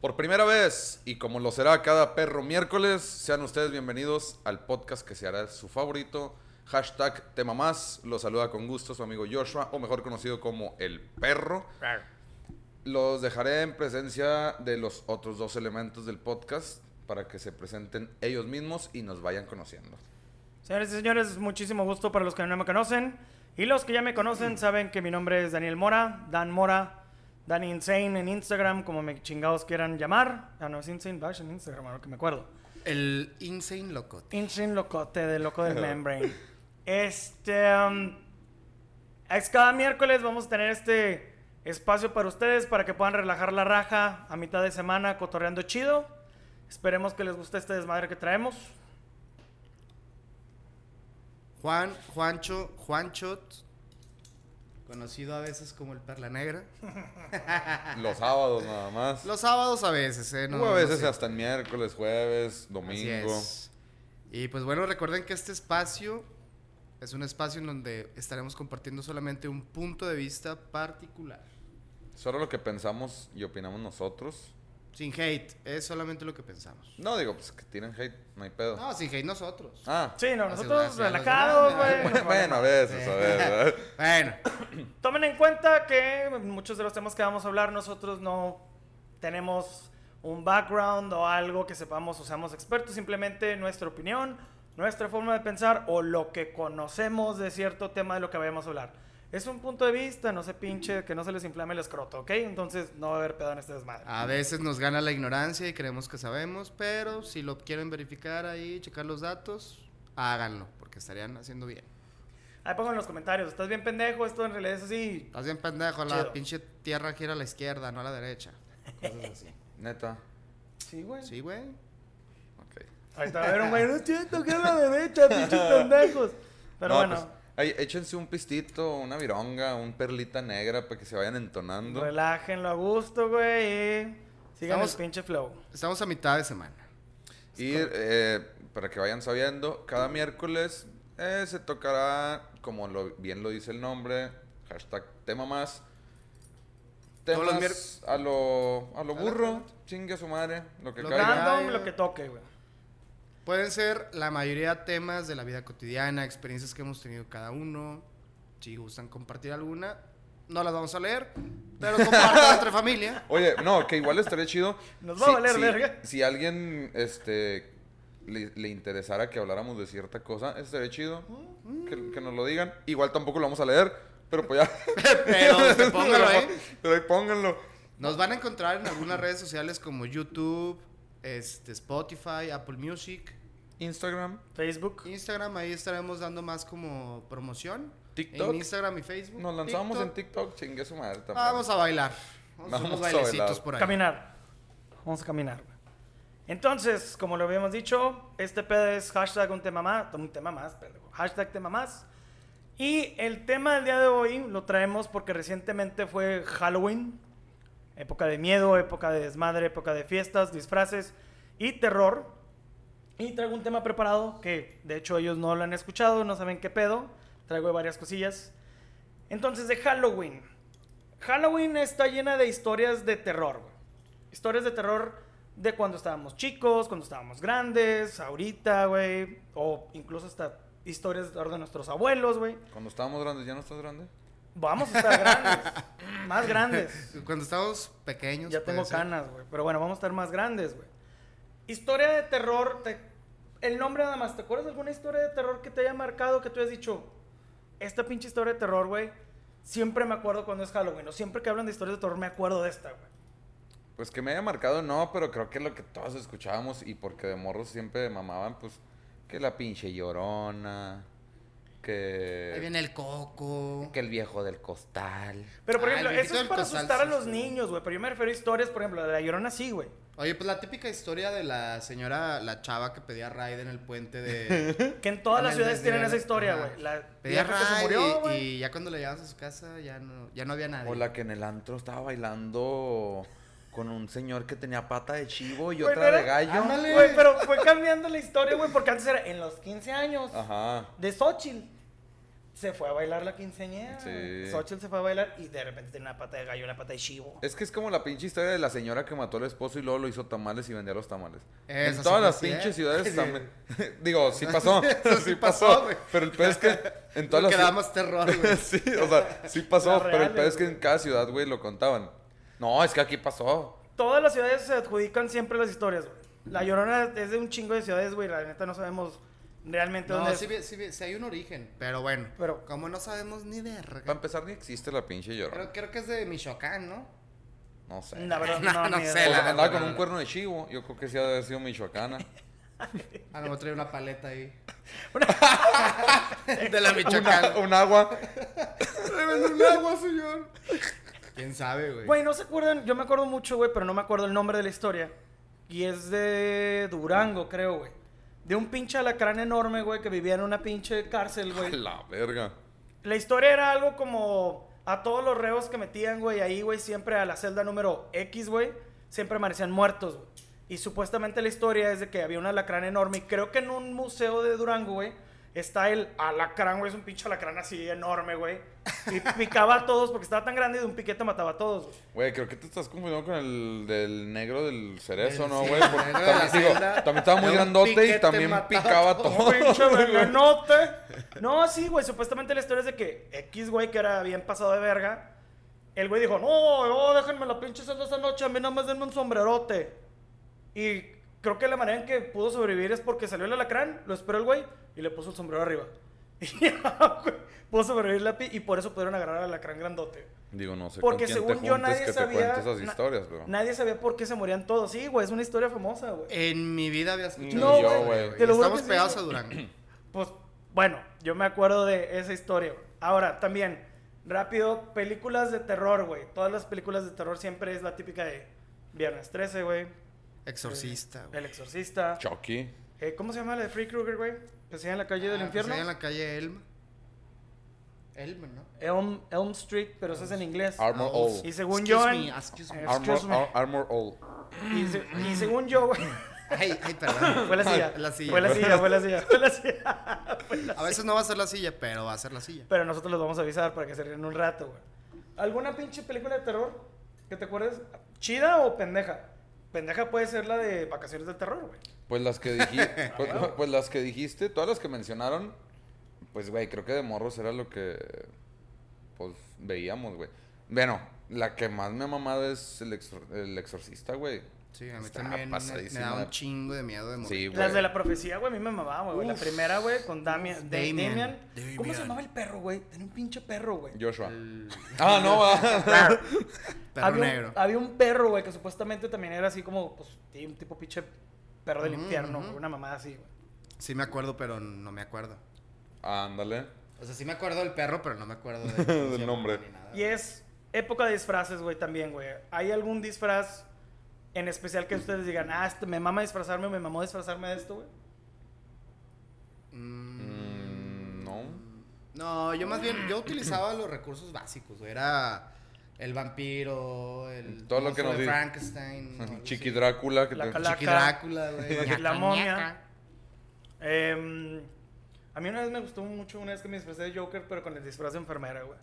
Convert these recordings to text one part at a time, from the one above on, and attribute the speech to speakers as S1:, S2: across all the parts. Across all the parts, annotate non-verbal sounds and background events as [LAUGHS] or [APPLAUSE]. S1: Por primera vez, y como lo será cada perro miércoles, sean ustedes bienvenidos al podcast que se hará su favorito. Hashtag tema más. Lo saluda con gusto su amigo Joshua, o mejor conocido como el perro. Los dejaré en presencia de los otros dos elementos del podcast para que se presenten ellos mismos y nos vayan conociendo.
S2: Señores y señores, muchísimo gusto para los que no me conocen. Y los que ya me conocen saben que mi nombre es Daniel Mora, Dan Mora, Dani Insane en Instagram, como me chingados quieran llamar. Ah, no, es Insane Bash en Instagram, ahora que me acuerdo.
S3: El Insane Locote.
S2: Insane Locote, de Loco del Membrane. Este. um, es cada miércoles vamos a tener este espacio para ustedes para que puedan relajar la raja a mitad de semana cotorreando chido. Esperemos que les guste este desmadre que traemos.
S3: Juan, Juancho, Juanchot, conocido a veces como el Perla Negra.
S1: Los sábados nada más.
S3: Los sábados a veces, ¿eh?
S1: o Uh, a veces
S3: sé.
S1: hasta el miércoles, jueves,
S3: Así
S1: domingo.
S3: es. Y pues bueno, recuerden que este espacio es un espacio en donde estaremos compartiendo solamente un punto de vista particular.
S1: Solo lo que pensamos y opinamos nosotros.
S3: Sin hate, es solamente lo que pensamos.
S1: No, digo, pues que tiren hate, no hay pedo.
S3: No, sin hate nosotros.
S1: Ah,
S2: Sí, no,
S3: Así
S2: nosotros
S3: es, así es.
S2: relajados,
S3: Bueno,
S2: güey.
S1: bueno, a veces, a veces. a veces.
S3: Bueno,
S2: Tomen en cuenta que muchos de los temas que vamos a hablar nosotros no tenemos un background o algo que sepamos o seamos expertos, simplemente nuestra opinión, nuestra forma de pensar o lo que conocemos de cierto tema de lo que vayamos a hablar. Es un punto de vista, no se pinche, que no se les inflame el escroto, ¿ok? Entonces no va a haber pedo en este desmadre.
S3: a veces nos gana la ignorancia y creemos que sabemos, pero si lo quieren verificar ahí, checar los datos, háganlo, porque estarían haciendo bien.
S2: Ahí pongo en los comentarios, ¿estás bien pendejo? Esto en realidad es así.
S3: Estás bien pendejo, la
S2: Chido.
S3: pinche tierra gira a la izquierda, no a la derecha. Cosas así.
S1: Neta.
S2: Sí, güey.
S3: Sí, güey.
S1: Ok.
S2: Ahí está, a ver, un güey, no siento que es la derecha, pinches pendejos. Pero
S1: No,
S2: bueno.
S1: pues, ay, échense un pistito, una vironga, un perlita negra para que se vayan entonando.
S2: Relájenlo a gusto, güey. y Sigan
S3: Estamos-
S2: el pinche flow.
S3: Estamos a mitad de semana.
S1: Y eh, para que vayan sabiendo, cada miércoles eh, se tocará, como lo, bien lo dice el nombre, hashtag tema más.
S3: Todos los
S1: Temas a lo, a lo
S3: la
S1: burro,
S3: cuenta.
S1: chingue a su madre, lo que
S3: Lo
S1: caiga.
S3: grande.
S2: Random,
S3: ya.
S2: lo que toque, güey.
S3: Pueden ser la mayoría temas de la vida cotidiana, experiencias que hemos tenido cada uno. Si gustan compartir alguna, no las vamos a leer, pero [LAUGHS] compartan entre familia.
S1: Oye, no, que igual estaría chido.
S2: Nos va a valer verga.
S1: Si alguien este, le, le interesara que habláramos de cierta cosa, estaría chido que, que nos lo digan. Igual tampoco lo vamos a leer, pero pues ya.
S3: [LAUGHS] Pero
S1: [LAUGHS]
S3: este, póngalo ahí.
S1: Pero ahí pónganlo.
S3: Nos van a encontrar en algunas redes sociales como YouTube, este, Spotify, Apple Music,
S1: Instagram.
S2: Facebook.
S3: Instagram. Ahí estaremos dando más como promoción.
S1: TikTok.
S3: En Instagram y Facebook.
S1: Nos lanzamos en TikTok, chingue su madre también.
S3: Vamos a bailar. Vamos, a hacer
S1: Vamos
S3: unos
S1: a
S3: bailecitos
S1: bailar.
S3: por ahí.
S2: Caminar. Vamos a caminar, güey. Entonces, como lo habíamos dicho, este pedo es hashtag un tema más. Un tema más, pendejo. Hashtag tema más. Y el tema del día de hoy lo traemos porque recientemente fue Halloween. Época de miedo, época de desmadre, época de fiestas, disfraces y terror. Y traigo un tema preparado que de hecho ellos no lo han escuchado, no saben qué pedo. Traigo varias cosillas. Entonces, de Halloween. Halloween está llena de historias de terror, güey. Historias de terror de cuando estábamos chicos, cuando estábamos grandes, ahorita, güey. O incluso hasta historias de terror de nuestros abuelos, güey.
S1: Cuando estábamos grandes, ¿ya no estás grande?
S2: Vamos a estar grandes. más grandes.
S3: Cuando estábamos pequeños.
S2: Ya tengo
S3: puede ser.
S2: canas, güey. Pero bueno, vamos a estar más grandes, güey. Historia de terror. te- El nombre nada más. ¿Te acuerdas de alguna historia de terror que te haya marcado? Que tú hayas dicho, esta pinche historia de terror, güey. Siempre me acuerdo cuando es Halloween. O siempre que hablan de historias de terror, me acuerdo de esta, güey.
S1: Pues que me haya marcado, no, pero creo que es lo que todos escuchábamos y porque de morros siempre mamaban, pues, que la pinche llorona,
S3: Ahí
S1: que,
S3: viene el coco.
S1: que el viejo del costal.
S2: Pero por
S3: Ah,
S2: ejemplo,
S3: el
S2: eso
S3: viejito
S2: es
S3: del
S2: para
S3: costal,
S2: asustar a
S3: sí,
S2: los
S3: sí.
S2: niños, güey. Pero yo me refiero a historias, por ejemplo, la de la llorona, sí, güey.
S3: Oye, pues la típica historia de la señora, la chava que pedía ride en el puente
S2: [LAUGHS]
S3: de.
S2: Que en todas
S3: en
S2: las
S3: el
S2: ciudades
S3: de-
S2: tienen
S3: de-
S2: esa historia,
S3: ajá.
S2: güey. La
S3: Pedía
S2: vieja que se
S3: ride
S2: murió,
S3: y,
S2: güey.
S3: y ya cuando le llegabas a su casa ya no, ya no había nadie.
S1: O la que en el antro estaba bailando con un señor que tenía pata de chivo y
S2: Güey,
S1: otra de
S2: era-
S1: gallo.
S3: ándale.
S2: Güey, pero
S3: Ah.
S2: fue cambiando la historia, güey, porque antes era en los 15 años
S1: Ajá.
S2: de Xochitl. se fue a bailar la quinceañera.
S1: Sí.
S2: Xochitl se fue a bailar y de repente tiene una pata de gallo, una pata de chivo.
S1: Es que es como la pinche historia de la señora que mató al esposo y luego lo hizo tamales y vendía los tamales.
S3: Eso
S1: en
S3: sí
S1: todas
S3: fue
S1: las
S3: cierto.
S1: pinches ciudades
S3: Sí.
S1: también. [LAUGHS] Digo, sí pasó.
S3: Eso
S1: sí
S3: sí
S1: pasó.
S3: pasó, güey.
S1: pero el peor es que en
S3: Lo
S1: todas
S3: que
S1: las
S3: da más terror,
S1: [LAUGHS]
S3: güey.
S1: sí, o sea, sí pasó,
S2: Las
S1: pero el peor
S2: reales,
S1: es que en
S2: güey.
S1: cada ciudad, güey, lo contaban. No, es que aquí pasó.
S2: Todas las ciudades se adjudican siempre las historias, güey. La Llorona es de un chingo de ciudades, güey. La neta no sabemos realmente dónde
S3: No,
S2: es.
S3: sí, vi- sí, vi- sí hay un origen, pero bueno.
S2: Pero-
S3: como no sabemos ni
S1: Para
S3: verga.
S1: empezar, ni existe la pinche llorona.
S3: Creo, creo que es de Michoacán, ¿no?
S1: No sé.
S2: La verdad,
S3: [LAUGHS] No,
S2: no,
S3: no
S2: ni
S3: sé,
S1: O
S2: idea.
S1: sea,
S3: la-
S1: andaba
S3: no,
S1: con
S3: no,
S1: un
S3: no.
S1: cuerno de chivo. Yo creo que sí ha de haber sido
S3: [LAUGHS]
S1: michoacana.
S3: A lo mejor trae una paleta ahí. [LAUGHS] de la Michoacán.
S1: un agua.
S3: [LAUGHS] un agua, señor. ¿Quién sabe, güey?
S2: Güey, no se acuerdan, yo me acuerdo mucho, güey, pero no me acuerdo el nombre de la historia. Y es de Durango, creo, güey. De un pinche alacrán enorme, güey, que vivía en una pinche cárcel,
S1: A
S2: güey.
S1: la verga.
S2: La historia era algo como a todos los reos que metían, güey, ahí, güey, siempre a la celda número X, güey, siempre amanecían muertos, güey. Y supuestamente la historia es de que había un alacrán enorme. Y creo que en un museo de Durango, güey, está el alacrán, güey, es un pinche alacrán así enorme, güey. Y picaba a todos porque estaba tan grande y de un piquete mataba a todos, güey.
S1: Güey, creo que te estás confundiendo con el del negro del cerezo,
S3: Del-
S1: ¿no,
S3: sí,
S1: güey?
S3: el
S1: Porque
S3: negro de la
S1: también, digo,
S3: celda.
S1: también estaba muy
S3: Era un
S1: grandote y
S3: piquete
S1: también
S3: matado.
S1: picaba
S3: [LAUGHS]
S1: todo. [LAUGHS]
S2: pinche venenote. No, sí, güey. Supuestamente la historia es de que X, güey, que era bien pasado de verga. El güey dijo, no, no, déjenme la pinche celda esta noche. A mí nada más denme un sombrerote. Y creo que la manera en que pudo sobrevivir es porque salió el alacrán, lo esperó el güey y le puso el sombrero arriba. [LAUGHS] Y ya, güey, pudo sobrevivir la pi y por eso pudieron agarrar al alacrán grandote.
S1: Digo, no sé con
S2: Porque
S1: quién
S2: según
S1: te
S2: yo
S1: juntes
S2: nadie
S1: que
S2: sabía-
S1: te cuentes esas
S2: na-
S1: historias, pero...
S2: Nadie sabía por qué se morían todos. Sí, güey, es una historia famosa, güey.
S3: En mi vida había escuchado.
S2: No,
S3: esa
S2: güey,
S3: historia,
S1: te
S2: lo juro
S3: Estamos
S2: que sí,
S3: pegados a
S2: güey.
S3: Durango.
S2: Pues bueno, yo me acuerdo de esa historia. güey. Ahora, también, rápido, películas de terror, güey. Todas las películas de terror siempre es la típica de Viernes 13, güey.
S3: Exorcista, güey.
S2: El Exorcista.
S1: Chucky.
S2: Eh, ¿Cómo se llama la de Free Krueger, güey? Que se llama en la calle del
S3: Ah, pues
S2: infierno.
S3: ahí en la calle Elm. Elm, ¿no?
S2: Elm, Elm Street, pero eso es en inglés.
S1: Armor
S3: Ah,
S1: All.
S2: Y según
S3: Excuse
S2: yo, en-
S3: Me, excuse me.
S2: Eh.
S1: Armor,
S2: Excuse me.
S1: Ar- Armor All.
S2: Y, se- y según yo, güey. [LAUGHS]
S3: Ay, ay, perdón.
S2: Fue la silla.
S3: [LAUGHS] La silla.
S2: Fue la [LAUGHS] silla, fue la silla. Fue la silla.
S3: A veces no va a ser la silla, pero va a ser la silla.
S2: Pero nosotros los vamos a avisar para que se ríen un rato, güey. ¿Alguna pinche película de terror que te acuerdes? ¿Chida o pendeja? Pendeja puede ser la de Vacaciones de Terror, güey.
S1: Pues las que dijiste, pues, pues las que dijiste, todas las que mencionaron, pues güey, creo que de morros era lo que pues veíamos, güey. Bueno, la que más me ha mamado es el, exor- el exorcista, güey.
S3: Sí, a mí
S1: Está
S3: también me, me
S1: pasadísima
S3: da
S1: de-
S3: un chingo de miedo de morir.
S1: Sí, güey.
S2: Las de la profecía, güey, a mí me mamaba, güey. La
S3: Uf.
S2: primera, güey, con Damian. de-
S3: Damien.
S2: Damian. ¿Cómo
S3: Damien.
S2: se llamaba el perro, güey? Tenía un pinche perro, güey.
S1: Joshua.
S3: El
S1: Ah, no, ah.
S2: [LAUGHS]
S3: perro
S2: había
S3: negro.
S2: Un, había un perro, güey, que supuestamente también era así como, pues, sí, un tipo pinche perro del
S3: Ujú,
S2: infierno,
S3: Mm, ujú.
S2: güey, una mamada así, güey.
S3: Sí me acuerdo, pero no me acuerdo.
S1: [LAUGHS] Ándale.
S3: O sea, sí me acuerdo del perro, pero no me acuerdo
S1: [LAUGHS]
S3: de-
S1: Del
S3: se llama
S1: nombre.
S3: ni nada.
S2: Y es época de disfraces, güey, también, güey. ¿Hay algún disfraz en especial que ustedes digan, ah, este, me mama disfrazarme, me mamó disfrazarme de esto, güey?
S1: Mm, [LAUGHS] no.
S3: No, yo más bien, yo utilizaba los recursos básicos, güey. Era el vampiro, el
S1: Todo lo
S3: monstruo
S1: que nos
S3: de
S1: di- [LAUGHS]
S3: Frankenstein, o algo
S1: Chiqui
S3: así.
S1: Drácula que
S2: La
S1: te-
S2: cala-
S3: Chiqui Drácula,
S2: La
S3: güey.
S2: momia. Em, a mí una vez me gustó mucho, una vez que me disfrazé de Joker, pero con el disfraz de enfermera, güey.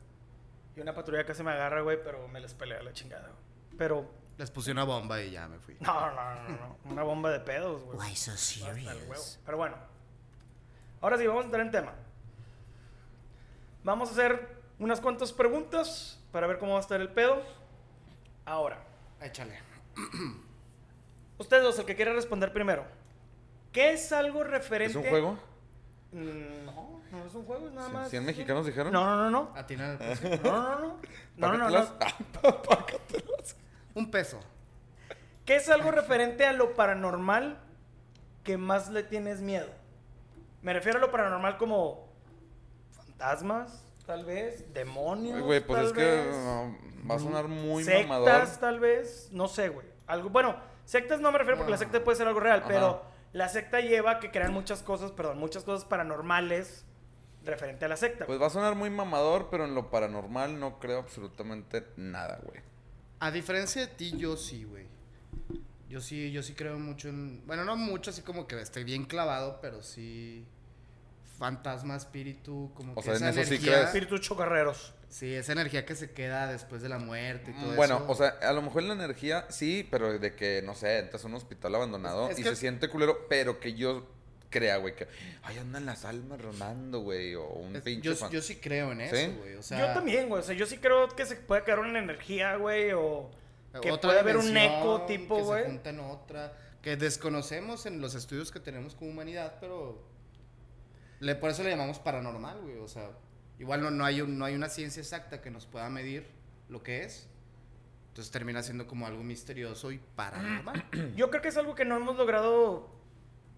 S2: Y una patrulla casi me agarra, güey, pero me les pelea la chingada, güey. Pero,
S3: Les puse una bomba y ya me fui.
S2: no, no, no, no, no. Una bomba de pedos, güey.
S3: so
S2: Hasta el huevo. Pero bueno. Ahora sí, vamos a entrar en tema. Vamos a hacer unas cuantas preguntas para ver cómo va a estar el pedo. Ahora, [CLEARS THROAT]
S3: Échale.
S2: ustedes dos, el que quiera responder primero. ¿Qué es algo referente?
S1: ¿Es un juego?
S2: Mm, No, no es un juego, es nada
S1: ¿Cien-
S2: más.
S1: ¿Cien mexicanos
S2: No,
S1: dijeron?
S2: no, no, no.
S3: Atina el precio.
S2: No, no, no. No, no, no, no.
S1: Pácatelas.
S3: Un peso.
S2: ¿Qué es algo referente a lo paranormal que más le tienes miedo? Me refiero a lo paranormal como fantasmas, tal vez,
S1: [LAUGHS]
S2: demonios,
S1: Ay, Güey, pues
S2: tal
S1: es que
S2: vez,
S1: no, va a sonar muy
S2: sectas,
S1: mamador.
S2: tal vez, no sé, güey. Algo, bueno, sectas no me refiero porque la secta puede ser algo real,
S1: Ajá.
S2: pero la secta lleva que crean muchas cosas, perdón, muchas cosas paranormales referente a la secta.
S1: Pues va a sonar muy mamador, pero en lo paranormal no creo absolutamente nada, güey.
S3: A diferencia de ti, yo sí, güey. Yo sí, yo sí creo mucho en. Bueno, no mucho, así como que estoy bien clavado, pero sí. fantasma, espíritu, como
S1: O
S3: que
S1: sea, en
S3: esa
S1: eso sí
S3: energía.
S1: crees.
S2: Espíritus chocarreros.
S3: Sí, esa energía que se queda después de la muerte y todo
S1: Bueno,
S3: eso.
S1: o sea, a lo mejor la energía sí, pero de que, no sé, entras a un hospital abandonado
S3: Es- es
S1: y
S3: que-
S1: se siente culero, pero que yo crea, güey, que, ay, andan las almas rondando, güey, o un
S3: Es-
S1: pinche
S3: yo,
S1: fan-
S3: yo sí creo en
S1: ¿Sí?
S3: eso, güey. O sea,
S2: yo también, güey. O sea, yo sí creo que se puede crear una energía, güey, o que
S3: Eh, otra
S2: puede haber un
S3: dimensión,
S2: eco tipo,
S3: que
S2: güey.
S3: se juntan otra, que desconocemos en los estudios que tenemos como humanidad, pero le, por eso le llamamos paranormal, güey. O sea, igual no, no, hay un- no hay una ciencia exacta que nos pueda medir lo que es. Entonces termina siendo como algo misterioso y paranormal.
S2: [COUGHS] Yo creo que es algo que no hemos logrado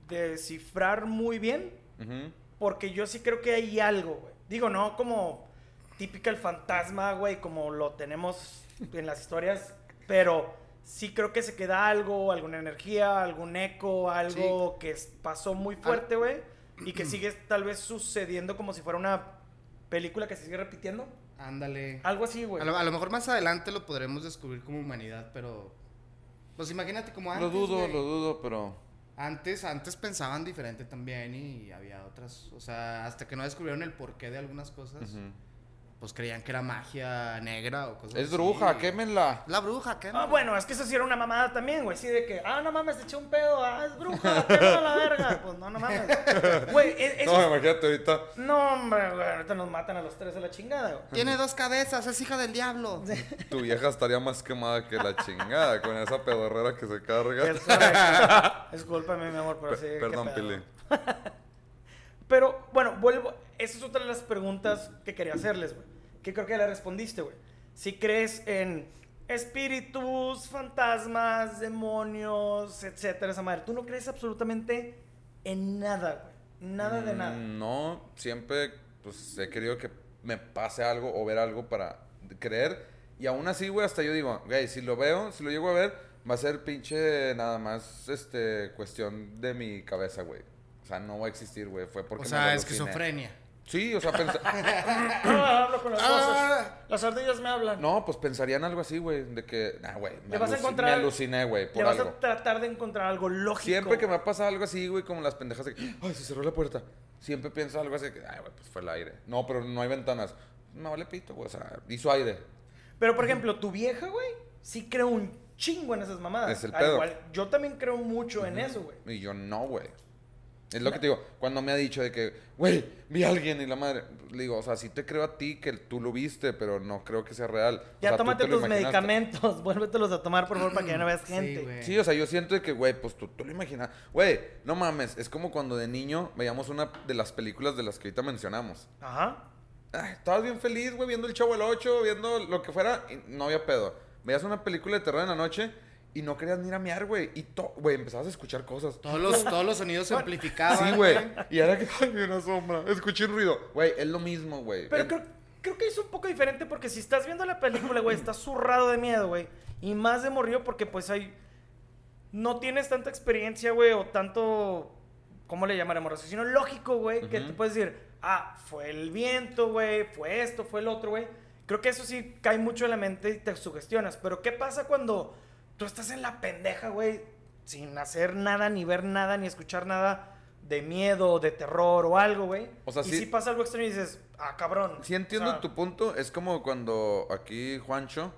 S2: descifrar muy bien,
S1: Ujú.
S2: porque yo sí creo que hay algo, güey. Digo, no como típica el fantasma, güey, como lo tenemos en las historias, pero sí creo que se queda algo, alguna energía, algún eco, algo que es- pasó muy fuerte, güey, y que sigue tal vez sucediendo como si fuera una película que se sigue repitiendo.
S3: Ándale.
S2: Algo así, güey.
S3: A lo, a lo mejor más adelante lo podremos descubrir como humanidad, pero... Pues imagínate como antes,
S1: Lo dudo,
S3: güey.
S1: lo dudo, pero...
S3: Antes, antes pensaban diferente también y había otras, o sea, hasta que no descubrieron el porqué de algunas cosas,
S1: ujú.
S3: pues creían que era magia negra o cosas
S1: Es
S3: así.
S1: bruja, quémenla.
S3: La bruja, ¿qué?
S2: Ah, bueno, es que eso sí era una mamada también, güey. Sí, de que, ah, no mames, eché un pedo, ah, es bruja, pedo a la verga. Pues no, no mames. Güey, e-
S1: [LAUGHS]
S2: eso.
S1: No,
S2: No,
S1: imagínate ahorita.
S2: hombre, güey, ahorita nos matan a los tres a la chingada, güey.
S3: Tiene dos cabezas, es hija del diablo.
S1: Tu vieja estaría más quemada que la chingada con esa pedorrera que se carga.
S2: Es correcto. [LAUGHS] Discúlpame, mi amor, pero
S1: Pe-
S2: sí. qué
S1: Perdón,
S2: pedo.
S1: Pili.
S2: Pero, bueno, vuelvo. Esa es otra de las preguntas que quería hacerles, güey. Que creo que ya le respondiste, güey. Si crees en espíritus, fantasmas, demonios, etcétera, esa madre. Tú no crees absolutamente en nada, güey. Nada de
S1: Mm,
S2: nada.
S1: No, siempre pues he querido que me pase algo o ver algo para creer. Y aún así, güey, hasta yo digo, güey, si lo veo, si lo llego a ver, va a ser pinche nada más este cuestión de mi cabeza, güey. O sea, no va a existir, güey. Fue porque
S3: o
S1: me
S3: sea,
S1: lo aluciné.
S3: esquizofrenia.
S1: Sí, o sea, pensa-
S2: Ah, hablo con las
S3: Ah.
S2: voces. Las ardillas me
S1: [LAUGHS]
S2: hablan.
S1: no, pues pensaría en algo así, güey, de que, ah, güey, me,
S2: Le vas a
S1: aluci-
S2: encontrar-
S1: me aluciné, güey,
S2: Le
S1: por
S2: vas
S1: algo.
S2: a tratar de encontrar algo lógico.
S1: Siempre que me
S2: güey.
S1: ha pasado algo así, güey, como las pendejas de que, ay, se cerró la puerta. Siempre pienso algo así, de que, ay, güey, pues fue el aire. No, pero no hay ventanas. Me vale pito, güey, o sea, hizo aire.
S2: Pero, por ejemplo, tu vieja, güey, sí creo un chingo en esas mamadas.
S1: Es el
S2: Al
S1: pedo.
S2: igual, yo también creo mucho en eso, güey.
S1: Y yo, no, güey. Es lo que te digo, cuando me ha dicho de que, güey, vi a alguien y la madre, le digo, o sea, sí te creo a ti que tú lo viste, pero no creo que sea real. O
S2: Ya
S1: sea, tú
S2: tómate
S1: te lo
S2: tus
S1: imaginaste.
S2: medicamentos, [LAUGHS] vuélvetelos a tomar, por favor, para que ya no veas
S3: Sí,
S2: gente.
S3: güey.
S1: Sí, o sea, yo siento de que, güey, pues tú, tú lo imaginas. Güey, no mames, es como cuando de niño veíamos una de las películas de las que ahorita mencionamos.
S2: Ajá.
S1: Ay, estabas bien feliz, güey, viendo el Chavo el 8, viendo lo que fuera, y no había pedo. Veías una película de terror en la noche y no querías ni ir a mear, güey. Y to- güey, empezabas a escuchar cosas. Ah,
S3: Todos los, todos los sonidos se amplificaban.
S1: Sí, güey. Y ahora que ay, vi una sombra, escuché un ruido. Güey, es lo mismo, güey.
S2: Pero
S1: En-
S2: creo, creo que es un poco diferente porque si estás viendo la película, güey, estás zurrado de miedo, güey. Y más de morrido porque pues hay... No tienes tanta experiencia, güey, o tanto... ¿Cómo le llamaremos? Sino lógico, güey, que
S1: Ujú.
S2: te puedes decir, ah, fue el viento, güey, fue esto, fue el otro, güey. Creo que eso sí cae mucho en la mente y te sugestionas. Pero ¿qué pasa cuando tú estás en la pendeja, güey, sin hacer nada, ni ver nada, ni escuchar nada de miedo, de terror o algo, güey?
S1: O sea,
S2: y
S1: sí-
S2: si pasa algo extraño y dices, ah, cabrón.
S1: Sí entiendo
S2: O sea,
S1: tu punto. Es como cuando aquí Juancho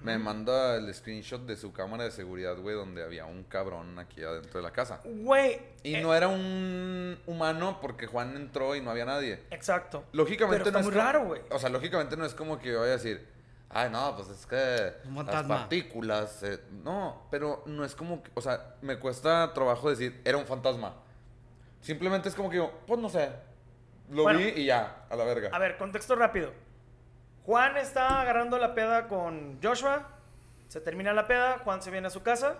S1: me manda el screenshot de su cámara de seguridad, güey, donde había un cabrón aquí adentro de la casa.
S2: Güey.
S1: Y
S2: eh,
S1: no era un humano porque Juan entró y no había nadie.
S2: Exacto.
S1: Lógicamente
S2: Pero está
S1: no
S2: muy
S1: es como-
S2: raro, güey.
S1: O sea, lógicamente no es como que voy a decir, ay, no, pues es que
S3: Un
S1: las
S3: fantasma".
S1: partículas, eh, no, pero no es como que, o sea, me cuesta trabajo decir, era un fantasma. Simplemente es como que digo, pues no sé, lo
S2: Bueno.
S1: vi y ya, a la verga.
S2: A ver, contexto rápido. Juan está agarrando la peda con Joshua. Se termina la peda, Juan se viene a su casa.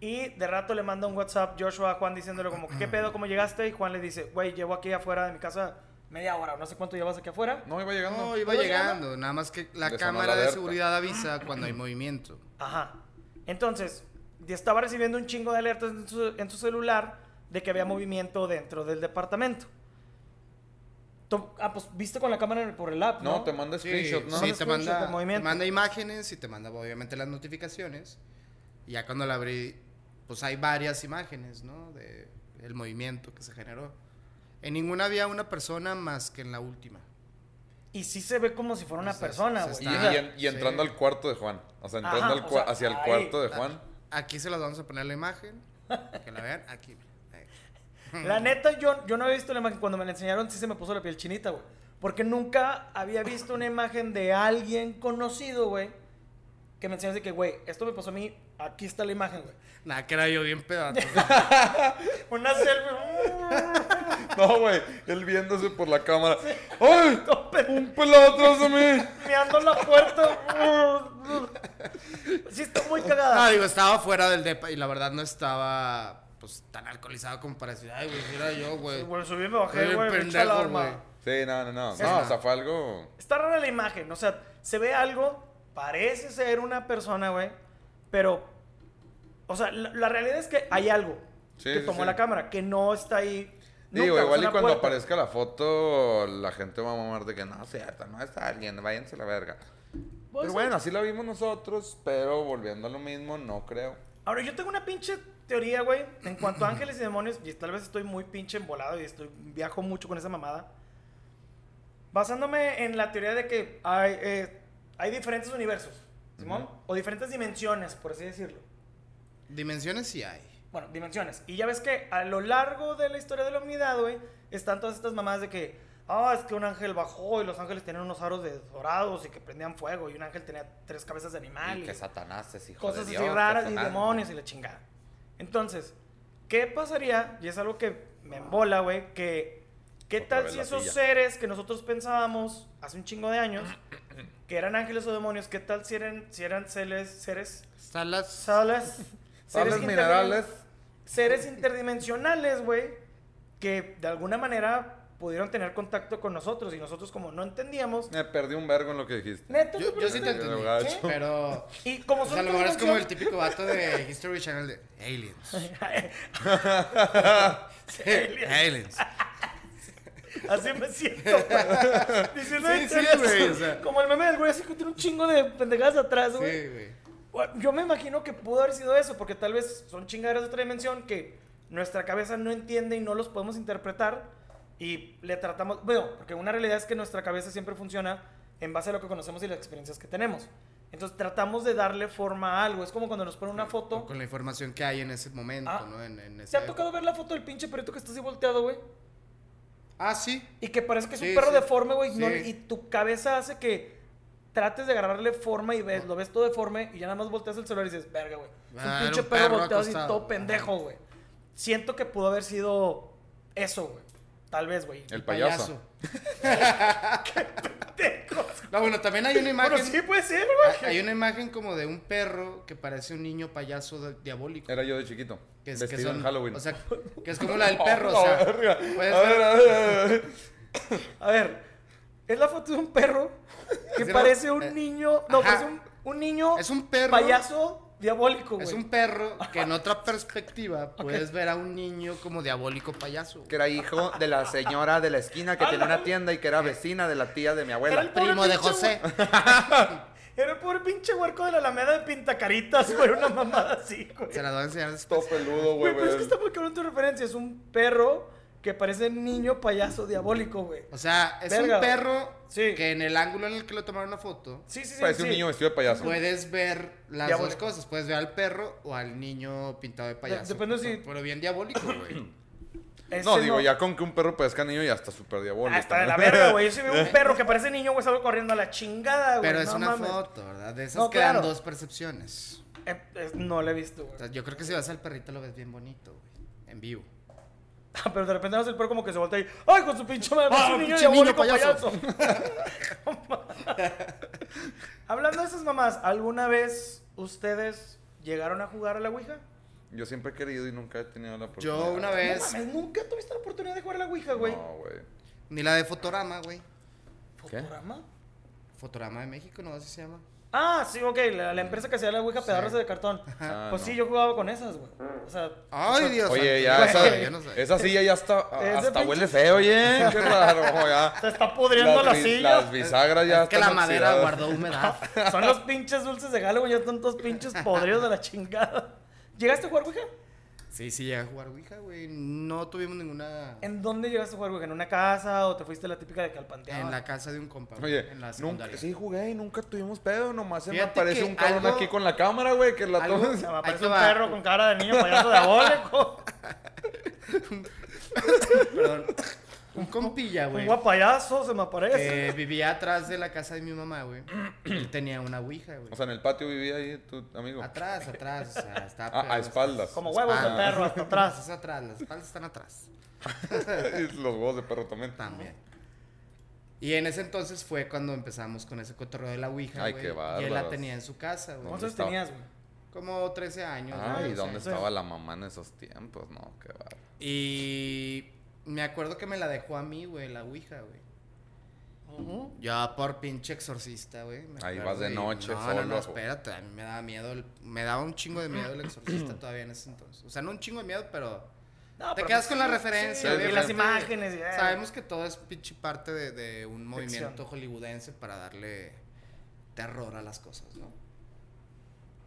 S2: Y de rato le manda un WhatsApp Joshua a Juan diciéndole como, ¿qué pedo? ¿Cómo llegaste? Y Juan le dice, güey, llevo aquí afuera de mi casa media hora. No sé cuánto llevas aquí afuera.
S1: No iba llegando.
S3: No, iba
S2: ¿Iba
S3: llegando, nada más que la
S1: Le sonó
S3: cámara
S1: la
S3: de
S1: alerta.
S3: seguridad avisa cuando hay movimiento.
S2: Ajá. Entonces, ya estaba recibiendo un chingo de alertas en su, en su celular de que había movimiento dentro del departamento. To- ah, pues viste con la cámara por el app, ¿no?
S1: No, te manda screenshot, ¿no?
S2: Un
S3: sí, te
S2: screenshot
S3: manda,
S2: de movimiento.
S3: te manda imágenes y te manda obviamente las notificaciones. Y ya cuando la abrí, pues hay varias imágenes, ¿no? De el movimiento que se generó. En ninguna había una persona más que en la última.
S2: Y sí se ve como si fuera una
S3: O sea,
S2: persona,
S3: se
S2: güey.
S1: Y,
S2: O
S3: está-
S2: sea,
S1: y en- y entrando
S3: sí.
S1: al cuarto de Juan. O sea, entrando
S2: Ajá,
S1: al
S2: o
S1: cua-
S2: sea,
S1: hacia el
S2: ahí.
S1: cuarto
S3: Ah.
S1: de Juan.
S3: Aquí se las vamos a poner la imagen. para Que la vean. Aquí. Ahí.
S2: La neta, yo, yo no había visto la imagen. Cuando me la enseñaron, sí se me puso la piel chinita, güey. Porque nunca había visto una imagen de alguien conocido, güey. Que me enseñas de que, güey, esto me pasó a mí. Aquí está la imagen, güey.
S3: Nada, que era yo bien
S2: [LAUGHS]
S3: pedazo.
S2: Una selfie.
S1: No, güey. Él viéndose por la cámara.
S2: [LAUGHS]
S1: ¡Ay! ¡Un pelado atrás de mí!
S2: Meando la puerta. sí, está muy
S3: No,
S1: Ah,
S2: cagada.
S3: digo, estaba fuera del depa y la verdad no estaba pues tan alcoholizado como para decir, ay, güey, si era yo, güey.
S2: Güey, subí, me bajé,
S3: Soy
S2: güey. me eché la
S3: pendejo,
S2: alarma.
S3: güey.
S1: Sí, no, no, no. No,
S2: Ajá.
S1: o sea, fue algo.
S2: Está rara la imagen, o sea, se ve algo, parece ser una persona, güey, pero, o sea, la, la realidad es que hay algo
S1: Sí,
S2: que
S1: sí,
S2: tomó
S1: sí.
S2: la cámara, que no está ahí.
S1: Digo,
S2: nunca, o sea,
S1: igual y
S2: una
S1: cuando
S2: puerta.
S1: aparezca la foto, la gente va a mamar de que no, cierto, no está alguien, váyanse a la verga.
S2: Pues
S1: Pero
S2: Puede ser.
S1: bueno, así la vimos nosotros, pero volviendo a lo mismo, no creo.
S2: Ahora, yo tengo una pinche teoría, güey, en cuanto a [CLEARS THROAT] ángeles y demonios, y tal vez estoy muy pinche embolado y estoy, viajo mucho con esa mamada. Basándome en la teoría de que hay, eh, hay diferentes universos, Simón,
S1: Ujú.
S2: o diferentes dimensiones, por así decirlo.
S3: Dimensiones sí hay.
S2: Bueno, dimensiones. Y ya ves que a lo largo de la historia de la humanidad, güey, están todas estas mamadas de que, ah, es que un ángel bajó y los ángeles tenían unos aros de dorados y que prendían fuego y un ángel tenía tres cabezas de animal.
S1: Y
S2: y
S1: que Satanás es hijo
S2: Ah, cosas
S1: de
S2: así
S1: Dios, que
S2: raras y
S1: Satanás-
S2: demonios y la chingada. Entonces, ¿qué pasaría? Y es algo que me embola, güey, que ¿qué
S1: Otra
S2: tal
S1: vez
S2: si
S1: la
S2: esos
S1: silla.
S2: seres que nosotros pensábamos hace un chingo de
S3: [CLEARS THROAT]
S2: años, que eran ángeles o demonios, qué tal si eran, si eran seres, seres,
S3: Salas. [LAUGHS]
S2: salas,
S1: Sales
S2: interdimen-
S1: minerales.
S2: seres interdimensionales, güey, que de alguna manera pudieron tener contacto con nosotros y nosotros como no entendíamos,
S1: Me perdí un vergo en lo que dijiste.
S2: neta,
S3: Yo, yo sí te entendí. ¿eh?
S1: Gacho.
S3: Pero.
S2: y como
S3: O
S2: son
S3: sea, a lo mejor es como el
S2: transdimension-
S3: típico vato de History Channel de
S2: [LAUGHS]
S3: Aliens. Aliens.
S2: Así me siento. güey. Diciendo,
S3: Sí,
S2: "Ay,
S3: sí,
S2: chale,
S3: güey, o sea.
S2: Como el meme del güey así que tiene un chingo de pendejadas atrás,
S3: Sí,
S2: güey.
S3: güey.
S2: Bueno, Yo me imagino que pudo haber sido eso, porque tal vez son chingaderas de otra dimensión que nuestra cabeza no entiende y no los podemos interpretar y le tratamos... Bueno, porque una realidad es que nuestra cabeza siempre funciona en base a lo que conocemos y las experiencias que tenemos. Entonces tratamos de darle forma a algo. Es como cuando nos ponen una foto.
S3: Con la información que hay en ese momento,
S2: Ah.
S3: ¿no? En, en
S2: ¿Se
S3: esa
S2: ha tocado ver la foto del pinche perrito que está así volteado, güey?
S3: época. Ah, sí.
S2: Y que parece que es un
S3: Sí,
S2: perro
S3: sí.
S2: deforme, güey. no-
S3: Sí.
S2: y tu cabeza hace que trates de agarrarle forma y ves, lo ves todo deforme y ya nada más volteas el celular y dices, verga, güey. Es un
S3: Ah, era
S2: pinche
S3: un
S2: perro,
S3: perro
S2: volteado así
S3: acostado.
S2: todo pendejo, güey. Siento que pudo haber sido eso, güey. Tal vez, güey. [LAUGHS]
S1: El payaso.
S3: No, bueno, también hay
S2: [LAUGHS]
S3: una
S2: Bueno,
S3: imagen.
S2: sí pues. puede ser, güey.
S3: hay- Hay una imagen como de un perro que parece un niño payaso de- diabólico.
S1: Era yo de chiquito.
S3: Que es, que
S1: vestido
S3: son-
S1: en Halloween.
S3: O sea, que
S2: [LAUGHS]
S3: es como la del perro. o sea,
S1: A ver, a
S3: puedes
S1: ver,
S3: ver-
S1: a ver.
S2: A ver, es la foto de un
S3: [LAUGHS]
S2: perro que
S3: Sí, no,
S2: parece
S3: eh,
S2: un niño... No,
S3: ajá.
S2: parece un, un niño
S3: es un perro.
S2: payaso diabólico, güey.
S3: Es un perro que
S2: [LAUGHS]
S3: en otra perspectiva puedes ver a un niño como diabólico payaso.
S1: que era hijo de la señora de la esquina que tenía una tienda y que era vecina de la tía de mi
S2: Ah, Era el
S1: abuela.
S2: pobre
S3: Primo de
S2: pinche
S3: José.
S2: Era el pobre pinche huerco de la Alameda de Pintacaritas, güey. Una mamada así, güey.
S3: Se la voy a enseñar después.
S1: Todo peludo, güey.
S2: Güey, pero es que
S1: güey.
S2: está muy cabrón tu referencia. Es un perro que parece niño payaso diabólico, güey.
S3: O sea, es
S2: Verga.
S3: un perro
S2: Sí.
S3: que en el ángulo en el que lo tomaron la foto,
S2: Sí, sí, sí.
S1: Parece un
S2: sí.
S1: niño vestido de payaso.
S3: puedes ver las
S2: Diabólico.
S3: dos cosas. Puedes ver al perro o al niño pintado de payaso.
S2: depende
S3: pero,
S2: si-
S3: pero bien diabólico,
S2: [COUGHS]
S3: güey.
S2: Ese
S1: No, digo, ya con que un perro parezca niño ya está súper diabólico.
S2: Ah, está de la
S1: ¿no?
S2: verga, güey. Yo sí veo un perro que parece niño, güey, salgo corriendo a la chingada, güey.
S3: Pero es
S2: no
S3: una
S2: mames.
S3: foto, ¿verdad? De esas
S2: No,
S3: quedan
S2: claro.
S3: dos percepciones.
S2: Eh, eh, no la he visto,
S3: O
S2: güey.
S3: sea, yo creo que si vas al perrito lo ves bien bonito, güey. En vivo.
S2: Ah, Pero de repente vemos el perro como que se voltea y. ¡Ay, con su pinche madre! ¡Es
S3: Ah,
S2: un niño
S3: pinche niño
S2: diabólico payaso!
S3: payaso.
S2: [LAUGHS] Hablando de esas mamás, ¿alguna vez ustedes llegaron a jugar a la Ouija?
S1: [LAUGHS] Yo siempre he querido y nunca he tenido la oportunidad.
S3: Yo una
S2: No
S3: vez,
S2: mames, nunca tuviste la oportunidad de jugar a la Ouija, güey.
S1: No, güey.
S3: ni la de Fotorama, güey.
S1: ¿Qué?
S2: ¿Fotorama?
S3: Fotorama de México, no así se llama.
S2: Ah, sí, ok, la, la empresa que hacía la Ouija
S3: Sí.
S2: pedazos de cartón.
S1: Ah,
S2: pues
S1: no.
S2: sí, yo jugaba con esas, güey. O sea,
S3: Ay, Dios.
S1: Oye, ya,
S3: santo, yo no
S1: esa,
S3: sé, yo no sé.
S1: esa silla ya está,
S2: [LAUGHS] Ese
S1: hasta
S2: pinche-
S1: huele feo, oye.
S2: [LAUGHS]
S1: Qué raro,
S3: Ah.
S1: ya.
S2: se está pudriendo la
S1: bi-
S2: silla.
S1: las bisagras ya
S3: Es que la
S1: están
S3: madera
S1: oxidadas.
S3: guardó humedad.
S2: Son los pinches dulces de galo, güey. Ya están todos pinches podridos de la chingada. ¿Llegaste a jugar Ouija?
S3: Sí, sí, llegué a jugar Ouija, güey. No tuvimos ninguna. En,
S2: ¿En dónde llegaste a jugar, güey? ¿En una casa o te fuiste la típica de que al panteón?
S3: la casa de un compa.
S1: [LAUGHS]
S3: güey,
S1: Oye,
S3: en la secundaria.
S1: nunca, sí jugué y nunca tuvimos pedo, nomás se me
S3: Fíjate
S1: aparece
S3: que
S1: un cabrón
S3: algo-
S1: aquí con la cámara, güey, que la
S3: algo-
S1: toma.
S2: Se me
S3: Ahí
S2: aparece
S3: te
S2: un
S3: va.
S2: perro con cara de niño payaso
S3: [LAUGHS]
S2: diabólico.
S3: Perdón. Un compilla,
S2: un
S3: güey.
S2: guapayazo se me aparece.
S3: Que vivía atrás de la casa de mi mamá, güey. Él tenía una Ouija,
S1: [LAUGHS]
S3: güey.
S1: O sea, en el patio vivía ahí tu amigo.
S3: atrás, atrás. O sea, está
S1: Ah, a espaldas. Ah,
S2: Como huevos de
S3: espaldas.
S2: perro hasta atrás.
S3: Es atrás, las espaldas están atrás.
S1: [LAUGHS] Y Los huevos de perro también.
S3: También. Y en ese entonces fue cuando empezamos con ese cotorreo de la Ouija,
S1: Ay,
S3: güey.
S1: qué
S3: Y él la
S1: bárbaros.
S3: tenía en su casa, güey.
S1: ¿Dónde
S2: ¿Cuántos
S1: estaba?
S2: tenías, güey?
S3: Como 13 años,
S1: Ay,
S3: güey, o sea,
S1: Ah, ¿dónde
S2: sí.
S1: estaba la mamá en esos tiempos? No, qué barro.
S3: Y me acuerdo que me la dejó a mí, güey, la Ouija, güey.
S2: Ujú.
S3: Ya por pinche exorcista, güey. me
S1: Ahí
S3: acuerdo
S1: vas de
S3: y-
S1: noche
S3: No,
S1: solo,
S3: no, no,
S1: güey.
S3: espérate. A mí me daba miedo. el- me daba un chingo de miedo el
S1: [CLEARS THROAT]
S3: exorcista todavía en ese entonces. O sea, no un chingo de miedo, pero.
S2: No,
S3: Te
S2: pero pues
S3: quedas con la
S2: sí,
S3: referencia,
S2: sí,
S1: güey,
S2: y las
S1: obviamente.
S2: imágenes. y- eh,
S3: Sabemos que todo es pinche parte de, de un movimiento
S2: Ficción.
S3: hollywoodense para darle terror a las cosas, ¿no?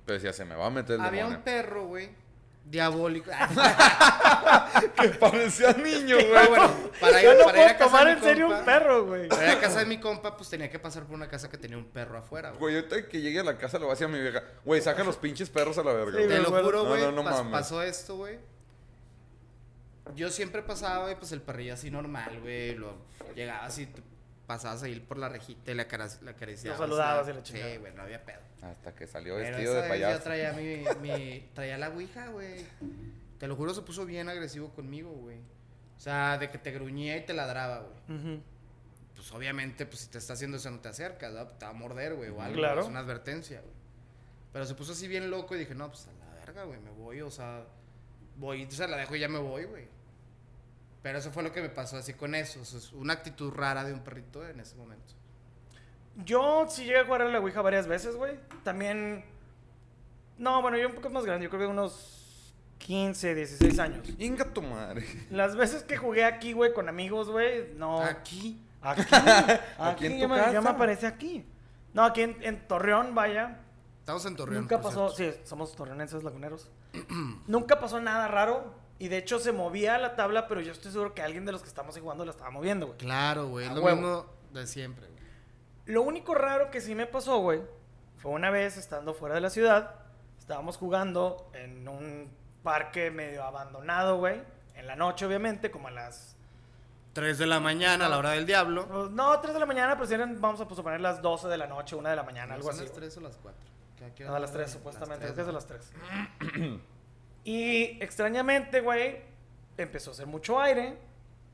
S1: Pero decía, se me va a meter el
S3: Había un
S1: demonio.
S3: perro, güey.
S2: [LAUGHS]
S3: Diabólico. [LAUGHS]
S1: que [LAUGHS] parecía niño,
S3: Ah,
S1: güey.
S3: bueno, para ir,
S2: Yo no
S3: para ir
S2: puedo
S3: a casa
S2: tomar
S3: de
S2: en
S3: mi
S2: serio
S3: compa-
S2: un perro, güey.
S3: Para ir a casa
S2: [LAUGHS]
S3: de mi compa, pues tenía que pasar por una casa que tenía un perro afuera,
S1: [LAUGHS]
S3: güey.
S1: Güey, ahorita que llegue a la casa le voy a decir a mi vieja, güey, saca los pinches perros a la verga.
S2: Sí,
S1: güey".
S3: Te lo
S2: güey.
S3: juro,
S1: No,
S3: güey.
S1: no, no
S3: pas-
S1: mames.
S3: pasó esto, güey. Yo siempre pasaba, güey, pues el perrillo así normal, güey. Lo llegabas y tú pasabas ahí por la rejita y la acariciabas.
S2: Lo saludabas
S3: ¿no?
S2: y la chingada.
S3: Sí, güey, no había pedo.
S1: Hasta que salió
S3: Pero
S1: vestido
S3: esa
S1: de
S3: vez Yo
S1: payaso.
S3: traía mi, mi- traía la ouija, güey. Te lo juro, se puso bien agresivo conmigo, güey. O sea, de que te gruñía y te ladraba, güey.
S2: Ujú.
S3: Pues obviamente, pues si te está haciendo eso no te acercas, ¿verdad? Te va a morder, güey, o algo.
S2: Claro.
S3: Es una advertencia, güey. Pero se puso así bien loco y dije, no, pues a la verga, güey, me voy, o sea, voy, o sea, la dejo y ya me voy, güey. Pero eso fue lo que me pasó así con eso. eso es una actitud rara de un perrito en ese momento.
S2: Yo sí llegué a jugar a la Ouija varias veces, güey. También. No, bueno, yo un poco más grande, yo creo que unos 15, 16 años.
S1: Inga tu
S2: [LAUGHS]
S1: madre.
S2: Las veces que jugué aquí, güey, con amigos, güey, no.
S3: Aquí. [LAUGHS]
S2: Aquí.
S1: Aquí
S2: aquí
S1: en
S2: ya
S1: tu
S2: me, ya me
S1: casa.
S2: aparece aquí. No, aquí en, en Torreón, vaya.
S3: Estamos en Torreón.
S2: Nunca
S3: por
S2: pasó.
S3: cierto.
S2: Sí, somos torreonenses laguneros. [CLEARS THROAT] Nunca pasó nada raro. Y de hecho se movía la tabla, pero yo estoy seguro que alguien de los que estamos ahí jugando la estaba moviendo, güey.
S3: Claro, güey,
S2: A
S3: lo
S2: huevo.
S3: mismo de siempre, güey.
S2: Lo único raro que sí me pasó, güey, fue una vez estando fuera de la ciudad. Estábamos jugando en un parque medio abandonado, güey. En la noche, obviamente, como a las.
S3: 3 de la mañana, a la hora del diablo.
S2: No, 3 de la mañana, pero si eran, vamos a suponer, las 12 de la noche, 1 de la mañana, algo
S3: ¿Son
S2: así.
S3: las
S2: güey.
S3: 3 o las 4?
S2: No, a las 3, supuestamente. Creo que es a las 3. [CLEARS THROAT] y extrañamente, güey, empezó a hacer mucho aire.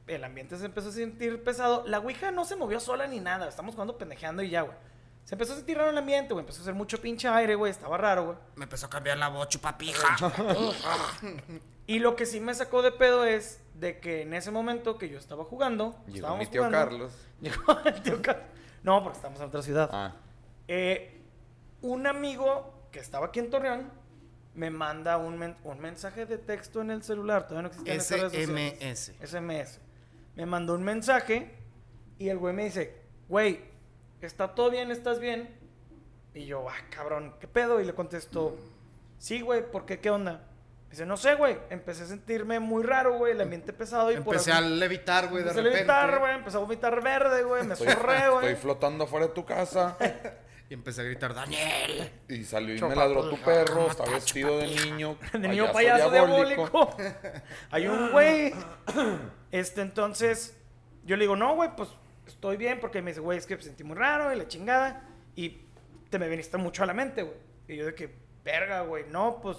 S2: El ambiente se empezó a sentir pesado. La Ouija no se movió sola ni nada. Estamos jugando pendejeando y ya, güey. Se empezó a sentir raro el ambiente, güey. Empezó a hacer mucho pinche aire, güey. Estaba raro, güey.
S3: Me empezó a cambiar la voz, chupapija.
S2: Y lo que sí me sacó de pedo es de que en ese momento que yo estaba jugando.
S1: Llegó
S2: estábamos
S1: mi tío
S2: jugando,
S1: Carlos.
S2: [LAUGHS] Llegó el tío Carlos. No, porque estamos en otra ciudad.
S1: Ah.
S2: Eh, un amigo que estaba aquí en Torreón me manda un, men- un mensaje de texto en el celular. Todavía no existían estas redes sociales.
S3: SMS.
S2: SMS. Me mandó un mensaje y el güey me dice, güey, ¿está todo bien? ¿Estás bien? Y yo, ah, cabrón, ¿qué pedo? Y le contesto, sí, güey, ¿por qué? ¿Qué onda? Dice, no sé, güey. Empecé a sentirme muy raro, güey, el ambiente pesado. Y
S3: Empecé
S2: por
S3: a
S2: algún-
S3: levitar, güey, de
S2: empecé a
S3: repente.
S2: vomitar, güey. Empecé a vomitar verde, güey. Me
S1: Estoy,
S2: zorré, güey.
S1: [LAUGHS] estoy flotando afuera de tu
S2: [LAUGHS]
S1: casa
S3: Y empecé a gritar, Daniel.
S1: y salió y me
S2: Chupa
S1: ladró tu
S3: tu-
S1: perro, está vestido de niño.
S2: [LAUGHS] De niño
S1: [LAUGHS]
S2: payaso, diabólico. [LAUGHS] Hay un güey. [CLEARS THROAT] Este, entonces, yo le digo, no, güey, pues estoy bien, porque me dice, güey, es que me sentí muy raro y la chingada. Y te me viniste mucho a la mente, güey. Y yo de que, verga, güey, no, pues,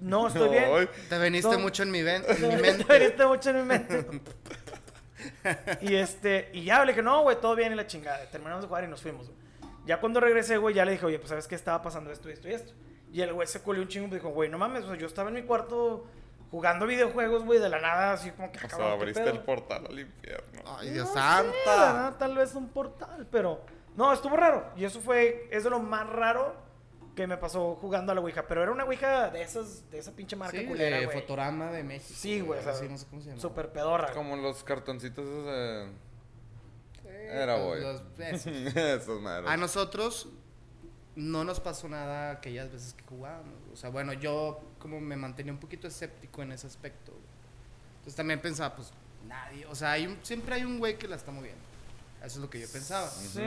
S2: no estoy [LAUGHS]
S1: No,
S2: bien.
S1: ay,
S3: Te veniste
S2: No.
S3: mucho en mi, ven-
S2: [LAUGHS]
S3: en mi
S2: Pero
S3: mente.
S2: está mucho en mi mente. [LAUGHS] y este, y ya le dije, no, güey, todo bien y la chingada. Terminamos de jugar y nos fuimos. güey. Ya cuando regresé, güey, ya le dije, oye, pues sabes qué estaba pasando esto y esto y esto. Y el güey se culió un chingo y me dijo, güey, no mames, o sea, yo estaba en mi cuarto jugando videojuegos, güey, de la nada, así como que
S1: O
S2: cabrón,
S1: sea,
S2: ¿qué
S1: abriste
S2: pedo? Ah,
S1: el portal al infierno.
S3: Ay, Dios
S2: No sé, la
S3: santa.
S2: verdad, tal vez un portal, pero. No, estuvo raro. Y eso fue. Eso es lo más raro que me pasó jugando a la Ouija. Pero era una Ouija de esas, de esa pinche marca
S3: Sí,
S2: culera,
S3: de
S2: güey.
S3: Fotorama de México.
S2: Sí, güey. o sea,
S3: así, no sé cómo se llama.
S2: Súper pedorra.
S1: Como los cartoncitos esos de...
S3: Sí,
S1: Era, güey.
S3: pues, los- esos.
S1: [LAUGHS]
S2: Ah,
S1: Esos madres.
S3: A nosotros no nos pasó nada aquellas veces que jugábamos. O sea, bueno, yo como me mantenía un poquito escéptico en ese aspecto. güey. Entonces también pensaba, pues nadie, o sea, hay un- siempre hay un güey que la está moviendo. Eso es lo que yo pensaba.
S2: Sí.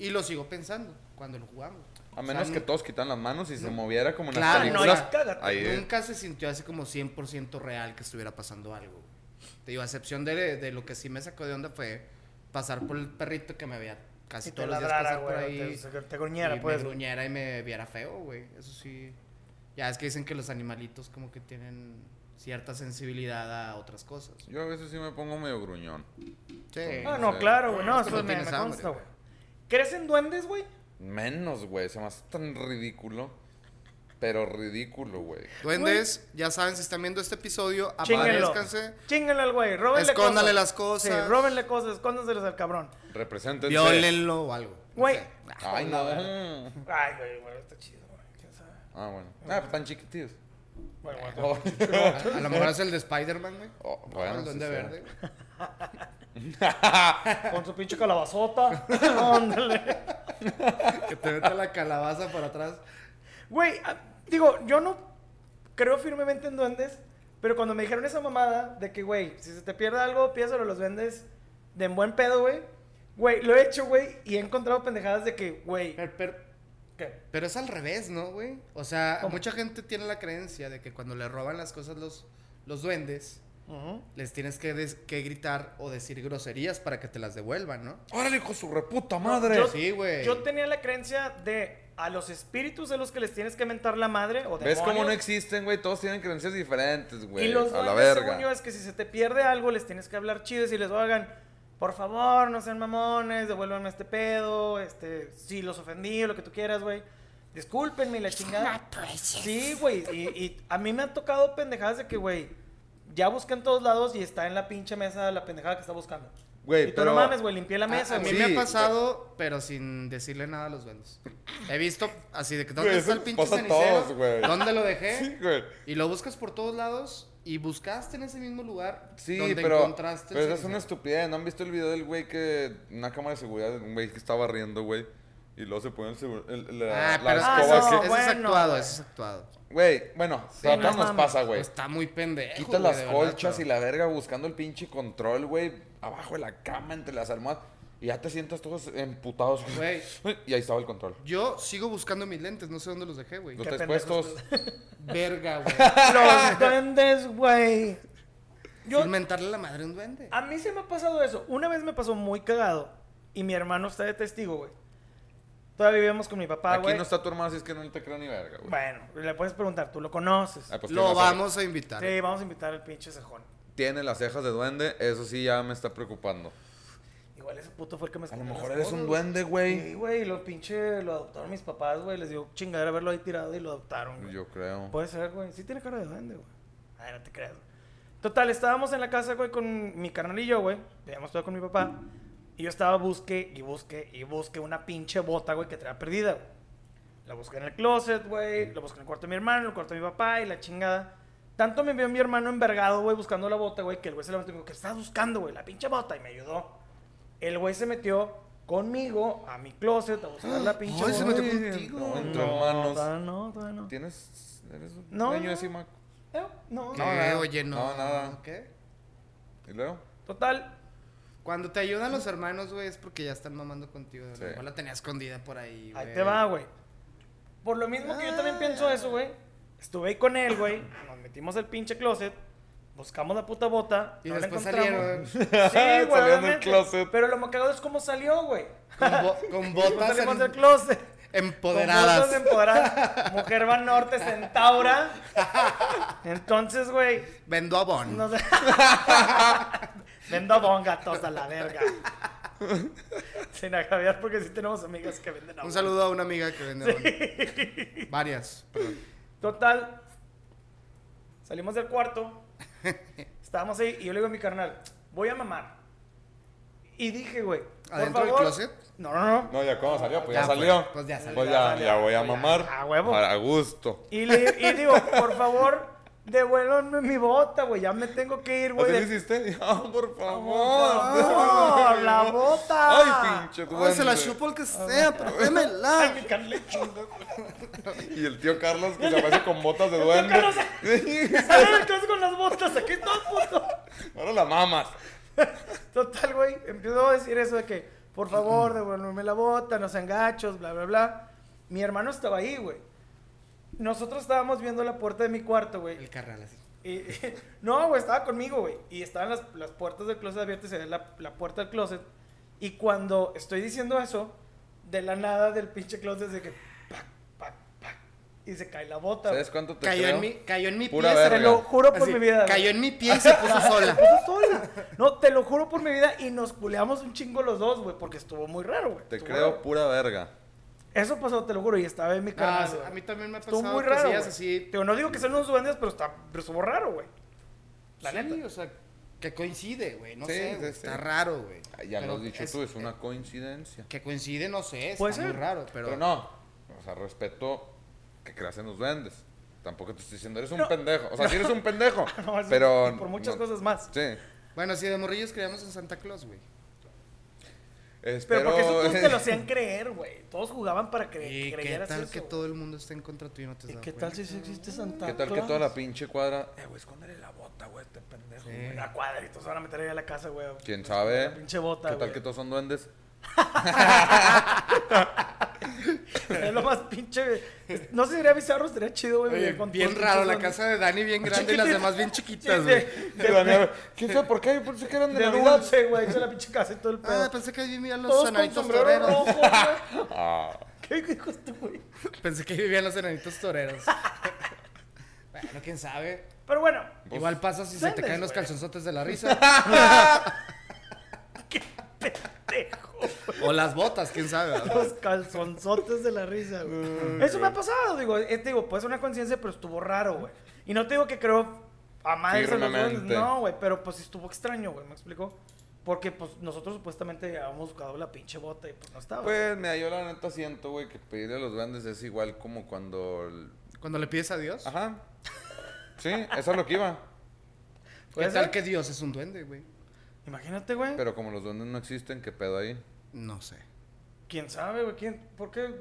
S3: Y lo sigo pensando cuando lo jugamos.
S1: A
S3: O sea,
S1: menos que
S3: nu-
S1: todos quitan las manos y se moviera como en
S3: Claro,
S1: las
S3: no,
S1: películas.
S2: ya cágate.
S1: Ahí, eh,
S3: Nunca se sintió así como 100% real que estuviera pasando algo. güey. Te digo, a excepción de, de lo que sí me sacó de onda fue pasar por el perrito que me veía
S2: Si
S3: casi
S2: te
S3: todos los días pasar
S2: ladrara,
S3: por
S2: güey.
S3: ahí.
S2: Te, te gruñera,
S3: y
S2: pues.
S3: me
S2: güey.
S3: gruñera y me viera feo, güey. Eso sí. Ya es que dicen que los animalitos como que tienen cierta sensibilidad a otras cosas.
S1: Yo a veces sí me pongo medio gruñón.
S3: Sí.
S2: Ah,
S1: Sí.
S2: no, claro, güey. No,
S3: Es que
S2: eso
S3: no
S2: me, me
S3: tienes hambre,
S2: consta,
S3: güey.
S2: güey. ¿Crees en duendes, güey?
S1: Menos, güey. Se me hace tan ridículo. Pero ridículo, güey.
S3: Duendes, ya saben, si están viendo este episodio,
S2: Chinguenlo.
S3: aparezcanse.
S2: Chinguenle al güey. Róbenle
S3: Escóndale
S2: cosas.
S3: las cosas.
S2: Sí, róbenle cosas. Escóndanselas al cabrón.
S1: Represéntense.
S3: Violenlo o algo. no
S2: Güey.
S3: sé.
S1: Ay, no.
S2: Ay, güey, güey. Está chido, güey. ¿Quién sabe?
S1: Ah, bueno. Ah, pues tan
S2: [LAUGHS]
S1: chiquititos.
S2: Bueno, bueno.
S1: Oh,
S3: A lo mejor es el de Spider-Man, güey.
S1: oh,
S3: No,
S1: bueno,
S3: el
S1: sí
S3: duende
S1: sea.
S3: verde.
S2: Con su pinche calabazota. [LAUGHS] Ándale.
S3: Que te meta la calabaza para atrás.
S2: Güey, ah, digo, yo no creo firmemente en duendes, pero cuando me dijeron esa mamada de que, güey, si se te pierde algo, piénsalo, los vendes de en buen pedo, güey. Güey, lo he hecho, güey, y he encontrado pendejadas de que, güey,
S3: Pero, pero-
S2: ¿qué?
S3: pero es al revés, ¿no, güey? O sea,
S2: ¿Cómo?
S3: mucha gente tiene la creencia de que cuando le roban las cosas los, los duendes,
S2: Ujú.
S3: les tienes que, des- que gritar o decir groserías para que te las devuelvan, ¿no?
S1: Órale, hijo de su reputa madre.
S2: Yo-
S3: sí, güey.
S2: Yo tenía la creencia de a los espíritus de los que les tienes que mentar la madre o
S1: ¿Ves cómo no
S2: demonios,
S1: existen, güey? Todos tienen creencias diferentes, güey.
S2: Y los
S1: A la
S2: duendes, según yo,
S1: verga.
S2: es que si se te pierde algo, les tienes que hablar chido y si les oigan, por favor, no sean mamones, devuélvanme este pedo, este, si los ofendí o lo que tú quieras, güey. Discúlpenme y la chingada.
S3: Pues,
S2: Sí, güey, y, y a mí me han tocado pendejadas de que, güey, ya busqué en todos lados y está en la pinche mesa la pendejada que está buscando.
S1: Güey,
S2: y tú
S1: pero- Ah,
S2: no mames, güey, limpié la mesa,
S3: Ah, a, a mí
S2: güey.
S1: Sí,
S3: me ha pasado, pero sin decirle nada a los duendes. He visto así de que dónde
S1: Güey,
S3: está
S1: eso
S3: el pinche
S1: pasa a
S3: cenicero,
S1: todos, güey.
S3: dónde lo
S2: ¿Eh?
S3: dejé,
S1: Sí, güey.
S3: y lo buscas por todos lados y buscaste en ese mismo lugar
S1: Sí,
S3: donde
S1: pero,
S3: encontraste
S1: pero
S3: el
S1: esa es una
S3: cenicero.
S1: estupidez. ¿No han visto el video del güey que... Una cámara de seguridad, un güey que estaba riendo, güey. Y luego se pone el seguro- el- la, la
S3: Ah, pero
S2: Ah,
S1: escoba
S3: eso,
S2: no,
S1: que-
S3: eso es
S2: bueno,
S3: actuado,
S2: güey.
S3: eso es actuado.
S1: Güey, bueno, a
S2: no
S1: todos nos
S2: mames.
S1: pasa, güey.
S3: Está muy pendejo.
S1: Quita
S3: güey,
S1: las
S3: de verdad,
S1: colchas
S3: pero-
S1: y la verga buscando el pinche control, güey. Abajo de la cama, entre las almohadas. Y ya te sientas todos emputados, güey. [LAUGHS] Y ahí estaba el control.
S3: Yo sigo buscando mis lentes, no sé dónde los dejé, güey.
S1: Los
S2: Qué
S1: tres
S2: pendejos
S1: puestos.
S3: Verga, güey.
S2: Los duendes, güey. [LAUGHS] Yo,
S3: Sin mentarle la madre a un duende.
S1: Pues
S2: A mí se me ha pasado eso. Una vez me pasó muy cagado y mi hermano está de testigo, güey. Todavía vivíamos con mi papá,
S1: Aquí
S2: güey.
S1: no está tu hermano, así es que no te creo ni verga, güey.
S2: Bueno, le puedes preguntar, tú lo conoces.
S1: Ah, pues,
S3: Lo
S1: tiene las
S3: vamos a invitar.
S2: Sí, vamos a invitar al pinche cejón.
S1: cejas- Tiene las cejas de duende, eso sí ya me está preocupando.
S2: Igual ese puto fue el que me
S1: A lo
S2: escondió
S1: mejor
S2: las
S1: eres un
S2: cosas, güey.
S1: duende,
S2: Sí,
S1: güey.
S2: güey, lo pinche lo adoptaron mis papás, güey. Les dio chingadera haberlo ahí tirado y lo adoptaron, güey.
S1: Yo creo.
S2: Puede ser, güey. Sí tiene cara de duende, güey. Ay, no te creas. güey. Total, estábamos en la casa, güey, con mi carnal y yo, güey. Vivíamos todo con mi papá. Y yo estaba busque y busque y busque una pinche bota, güey, que traía perdida, güey. La busqué en el closet, güey. La busqué en el cuarto de mi hermano, en el cuarto de mi papá y la chingada. Tanto me vio mi hermano envergado, güey, buscando la bota, güey, que el güey se levantó y me dijo, ¿qué estás buscando, güey? La pinche bota. Y me ayudó. El güey se metió conmigo a mi closet a buscar Ah,
S3: [GASPS]
S2: la pinche
S3: Ay,
S2: bota.
S3: se metió contigo.
S1: No, entre
S2: No,
S1: hermanos.
S2: todavía no, todavía no.
S1: ¿Tienes? ¿Eres un
S2: No,
S1: dueño
S2: no.
S1: de Simac?
S2: Eh, No,
S3: No,
S1: No, nada.
S3: oye, no.
S1: No, nada.
S3: ¿Qué?
S1: ¿Y luego?
S2: Total,
S3: Cuando te ayudan los hermanos, güey, es porque ya están mamando contigo. A lo
S1: Sí.
S3: mejor la tenía escondida por ahí, güey.
S2: ahí te va, güey. Por lo mismo que yo también
S3: Ah.
S2: pienso eso, güey. Estuve ahí con él, güey. Nos metimos al pinche closet. Buscamos la puta bota.
S3: Y
S2: no
S3: después
S2: la encontramos.
S3: salieron
S2: Sí,
S3: [LAUGHS]
S1: Salieron
S2: güey.
S1: del
S2: obviamente.
S1: closet.
S2: Pero lo macado es cómo salió, güey.
S3: con, bo-
S2: [LAUGHS]
S3: con
S2: Nos
S3: botas
S2: Salimos
S3: en-
S2: del closet. Con botas
S3: empoderadas.
S2: empoderadas. Mujer van norte,
S3: [LAUGHS]
S2: centaura. Entonces, güey.
S3: Vendo a Bon.
S2: No
S3: [LAUGHS]
S2: sé. Vendo bongatos a la verga. Sin agraviar, porque sí tenemos amigas que venden
S3: Un
S2: abogados.
S3: saludo a una amiga que vende Bon. Varias. perdón.
S2: Total, salimos del cuarto, estábamos ahí y yo le digo a mi carnal, voy a mamar. Y dije, güey, por
S3: ¿Adentro del
S2: favor-
S3: closet?
S2: No, no, no.
S1: No, ya cuando salió, pues
S3: Ya
S1: ya,
S3: fue,
S1: salió.
S3: pues ya salió.
S1: Pues ya,
S2: Ya
S1: ya voy a
S2: salió.
S1: mamar.
S2: A huevo.
S1: Para gusto.
S2: Y, le, y digo, por favor, Devuélvanme mi bota, güey. Ya me tengo que ir, güey.
S1: ¿Así
S2: de-
S1: lo hiciste? [LAUGHS] ¡Ah, por [LAUGHS] favor!
S2: ¡No! ¡La bota!
S1: ¡Ay, pinche
S3: Ay, se la
S1: duende.
S3: chupo el que sea, pero
S1: [LAUGHS]
S3: démela.
S2: ¡Ay, mi Carlecho!
S1: Y el tío Carlos
S2: [LAUGHS]
S1: que se aparece con botas de duende.
S2: Carlos.
S1: Sí.
S2: ¡Sale del caso con las botas! ¡Aquí está, puto!
S1: [LAUGHS] Ahora la mamas.
S2: Total, güey, empezó a decir eso de que, por favor, devuélveme la bota, no sean gachos, bla, bla, bla. Mi hermano estaba ahí, güey. Nosotros estábamos viendo la puerta de mi cuarto, güey.
S3: El carnal así.
S2: Y- [LAUGHS] no, güey, estaba conmigo, güey. Y estaban las, las puertas del closet abiertas y se ve la, la puerta del closet. Y cuando estoy diciendo eso, de la nada del pinche closet, de que, pac, pac, pac. Y se cae la bota. güey.
S1: ¿Sabes cuánto te
S3: Cayó
S1: creo?
S3: en, mi, cayó en mi
S1: Pura
S3: pie.
S2: Te lo
S1: verga.
S2: juro por
S3: Así,
S2: mi vida. güey.
S3: Cayó en mi pie y se
S1: [LAUGHS]
S3: puso sola.
S2: puso sola. No, te lo juro por mi vida y nos culeamos un chingo los dos, güey, porque estuvo muy raro, güey.
S1: Te
S2: Estuvo
S1: creo
S2: raro.
S1: pura verga.
S2: Eso pasó, te lo juro, y estaba en mi
S3: Ah,
S2: carnal. güey.
S3: a mí también me ha pasado
S2: estuvo muy
S3: cosillas
S2: raro. güey.
S3: así.
S2: Digo, no digo que sean unos duendes, pero, está, pero estuvo raro, güey. [LAUGHS] La
S3: sí,
S2: neta.
S3: o sea, que coincide, güey. No
S1: Sí,
S3: sé,
S1: sí,
S3: güey,
S1: sí.
S3: está raro, güey.
S1: Ah, Ya lo
S3: Pero eh,
S1: has dicho tú, es una coincidencia.
S3: Que coincide, no sé, está
S2: Puede
S3: muy
S2: ser.
S3: raro, pero...
S1: Pero no, o sea, respeto que creas en los duendes. Tampoco te estoy diciendo, eres un
S2: No.
S1: pendejo. O
S2: [LAUGHS]
S1: sea, sí eres un pendejo.
S2: No, así,
S1: pero.
S2: y por muchas
S1: no-
S2: cosas más.
S1: Sí.
S3: Bueno, sí, de morrillos creíamos en Santa Claus, güey.
S2: Pero,
S1: Espero...
S2: porque eso todos te lo hacían creer, güey. Todos jugaban para que
S3: ¿Y qué
S2: creyeras
S3: tal
S2: eso,
S3: que
S2: güey.
S3: todo el mundo está en contra tuyo y no te has
S2: ¿Y
S3: dado
S2: qué tal
S3: cuenta?
S2: si sí existe
S1: [LAUGHS]
S2: Santa
S1: ¿Qué tal que toda
S2: Claus?
S1: la pinche cuadra? Eh, güey, escóndele la bota, güey, este pendejo.
S3: Sí.
S1: güey.
S2: La cuadra y todos se van a meter ahí a la casa, güey.
S1: ¿Quién sabe?
S2: La pinche bota,
S1: ¿Qué tal
S2: güey.
S1: que todos son
S2: [LAUGHS]
S1: duendes?
S2: Es lo más pinche. No sé si sería bizarro, estaría chido, güey.
S3: Oye,
S2: con
S3: bien
S2: todos
S3: raro,
S2: pinches
S3: la
S2: duendes.
S3: casa de
S2: [LAUGHS]
S3: Dani bien grande y las
S2: Chiquitita.
S3: demás bien chiquitas,
S2: Sí,
S3: güey.
S2: sí.
S1: Y la mía, ¿Quién sabe por qué? Yo pensé que eran de,
S2: De
S1: Navidad.
S2: dulce, güey. Hizo la pinche casa y todo el pedo.
S3: Ah, pensé que vivían los
S2: Todos con
S3: enanitos
S2: sombrero
S3: toreros.
S2: rojo, güey.
S1: Ah,
S2: ¿Qué dijo este güey?
S3: [LAUGHS] Pensé que vivían los enanitos
S1: [LAUGHS]
S3: toreros. bueno, quién sabe.
S2: Pero bueno,
S1: Pues,
S3: Igual pasa si se te
S2: duendes,
S3: caen los
S2: güey.
S3: calzonzotes de la risa.
S1: [LAUGHS]
S2: qué pendejo.
S3: o las botas, quién sabe. ¿verdad?
S2: Los calzonzotes de la risa, güey. Eso me ha pasado, digo. eh, te digo, puede ser una conciencia, pero estuvo raro, güey. Y no te digo que creo a madres en los duendes,
S1: Firmemente.
S2: No, güey, pero pues sí estuvo extraño, güey. ¿Me explico? Porque pues nosotros supuestamente habíamos buscado la pinche bota y pues no estaba.
S1: Pues, mira, yo la neta siento, güey, que pedirle a los duendes es igual como cuando... el-
S3: Cuando le pides a Dios,
S1: Ajá. Sí, eso es lo que iba.
S3: ¿qué
S2: ¿Puede
S3: tal
S2: ser?
S3: que Dios es un duende, güey?
S2: Imagínate, güey.
S1: Pero como los duendes no existen, ¿qué pedo ahí?
S3: No sé.
S2: ¿Quién sabe, güey? ¿Quién? ¿Por qué?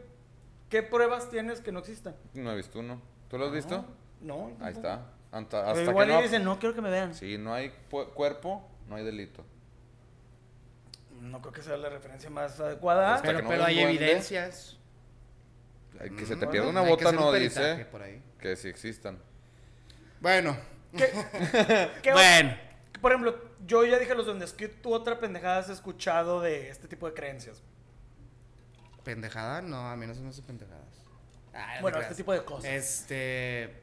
S2: ¿Qué pruebas tienes que no existan?
S1: No he visto uno. ¿Tú lo has visto?
S2: No.
S1: Ahí
S2: tampoco.
S1: está. Hasta,
S2: Pero
S1: hasta que
S2: igual y
S1: no...
S2: dicen, no quiero que me vean.
S1: Si no hay pu- cuerpo, no hay delito.
S2: No creo que sea la referencia más adecuada.
S1: Hasta
S3: Pero,
S1: que no
S3: pero
S1: ves
S3: hay
S1: un duende.
S3: evidencias.
S1: Ay, Que se te
S3: Mm,
S1: pierda
S3: bueno,
S1: una
S3: hay que
S1: bota
S3: hacer un
S1: no
S3: peritaje pues.
S1: dice
S3: por ahí.
S1: que sí existan.
S3: Bueno,
S2: ¿Qué o-
S3: bueno.
S2: Por ejemplo, yo ya dije a los duendes, ¿qué tú otra pendejada has escuchado de este tipo de creencias?
S3: ¿Pendejada? No, a mí no se me hace pendejadas. Ah, no te
S2: Bueno,
S3: creas.
S2: este tipo de cosas.
S3: Este.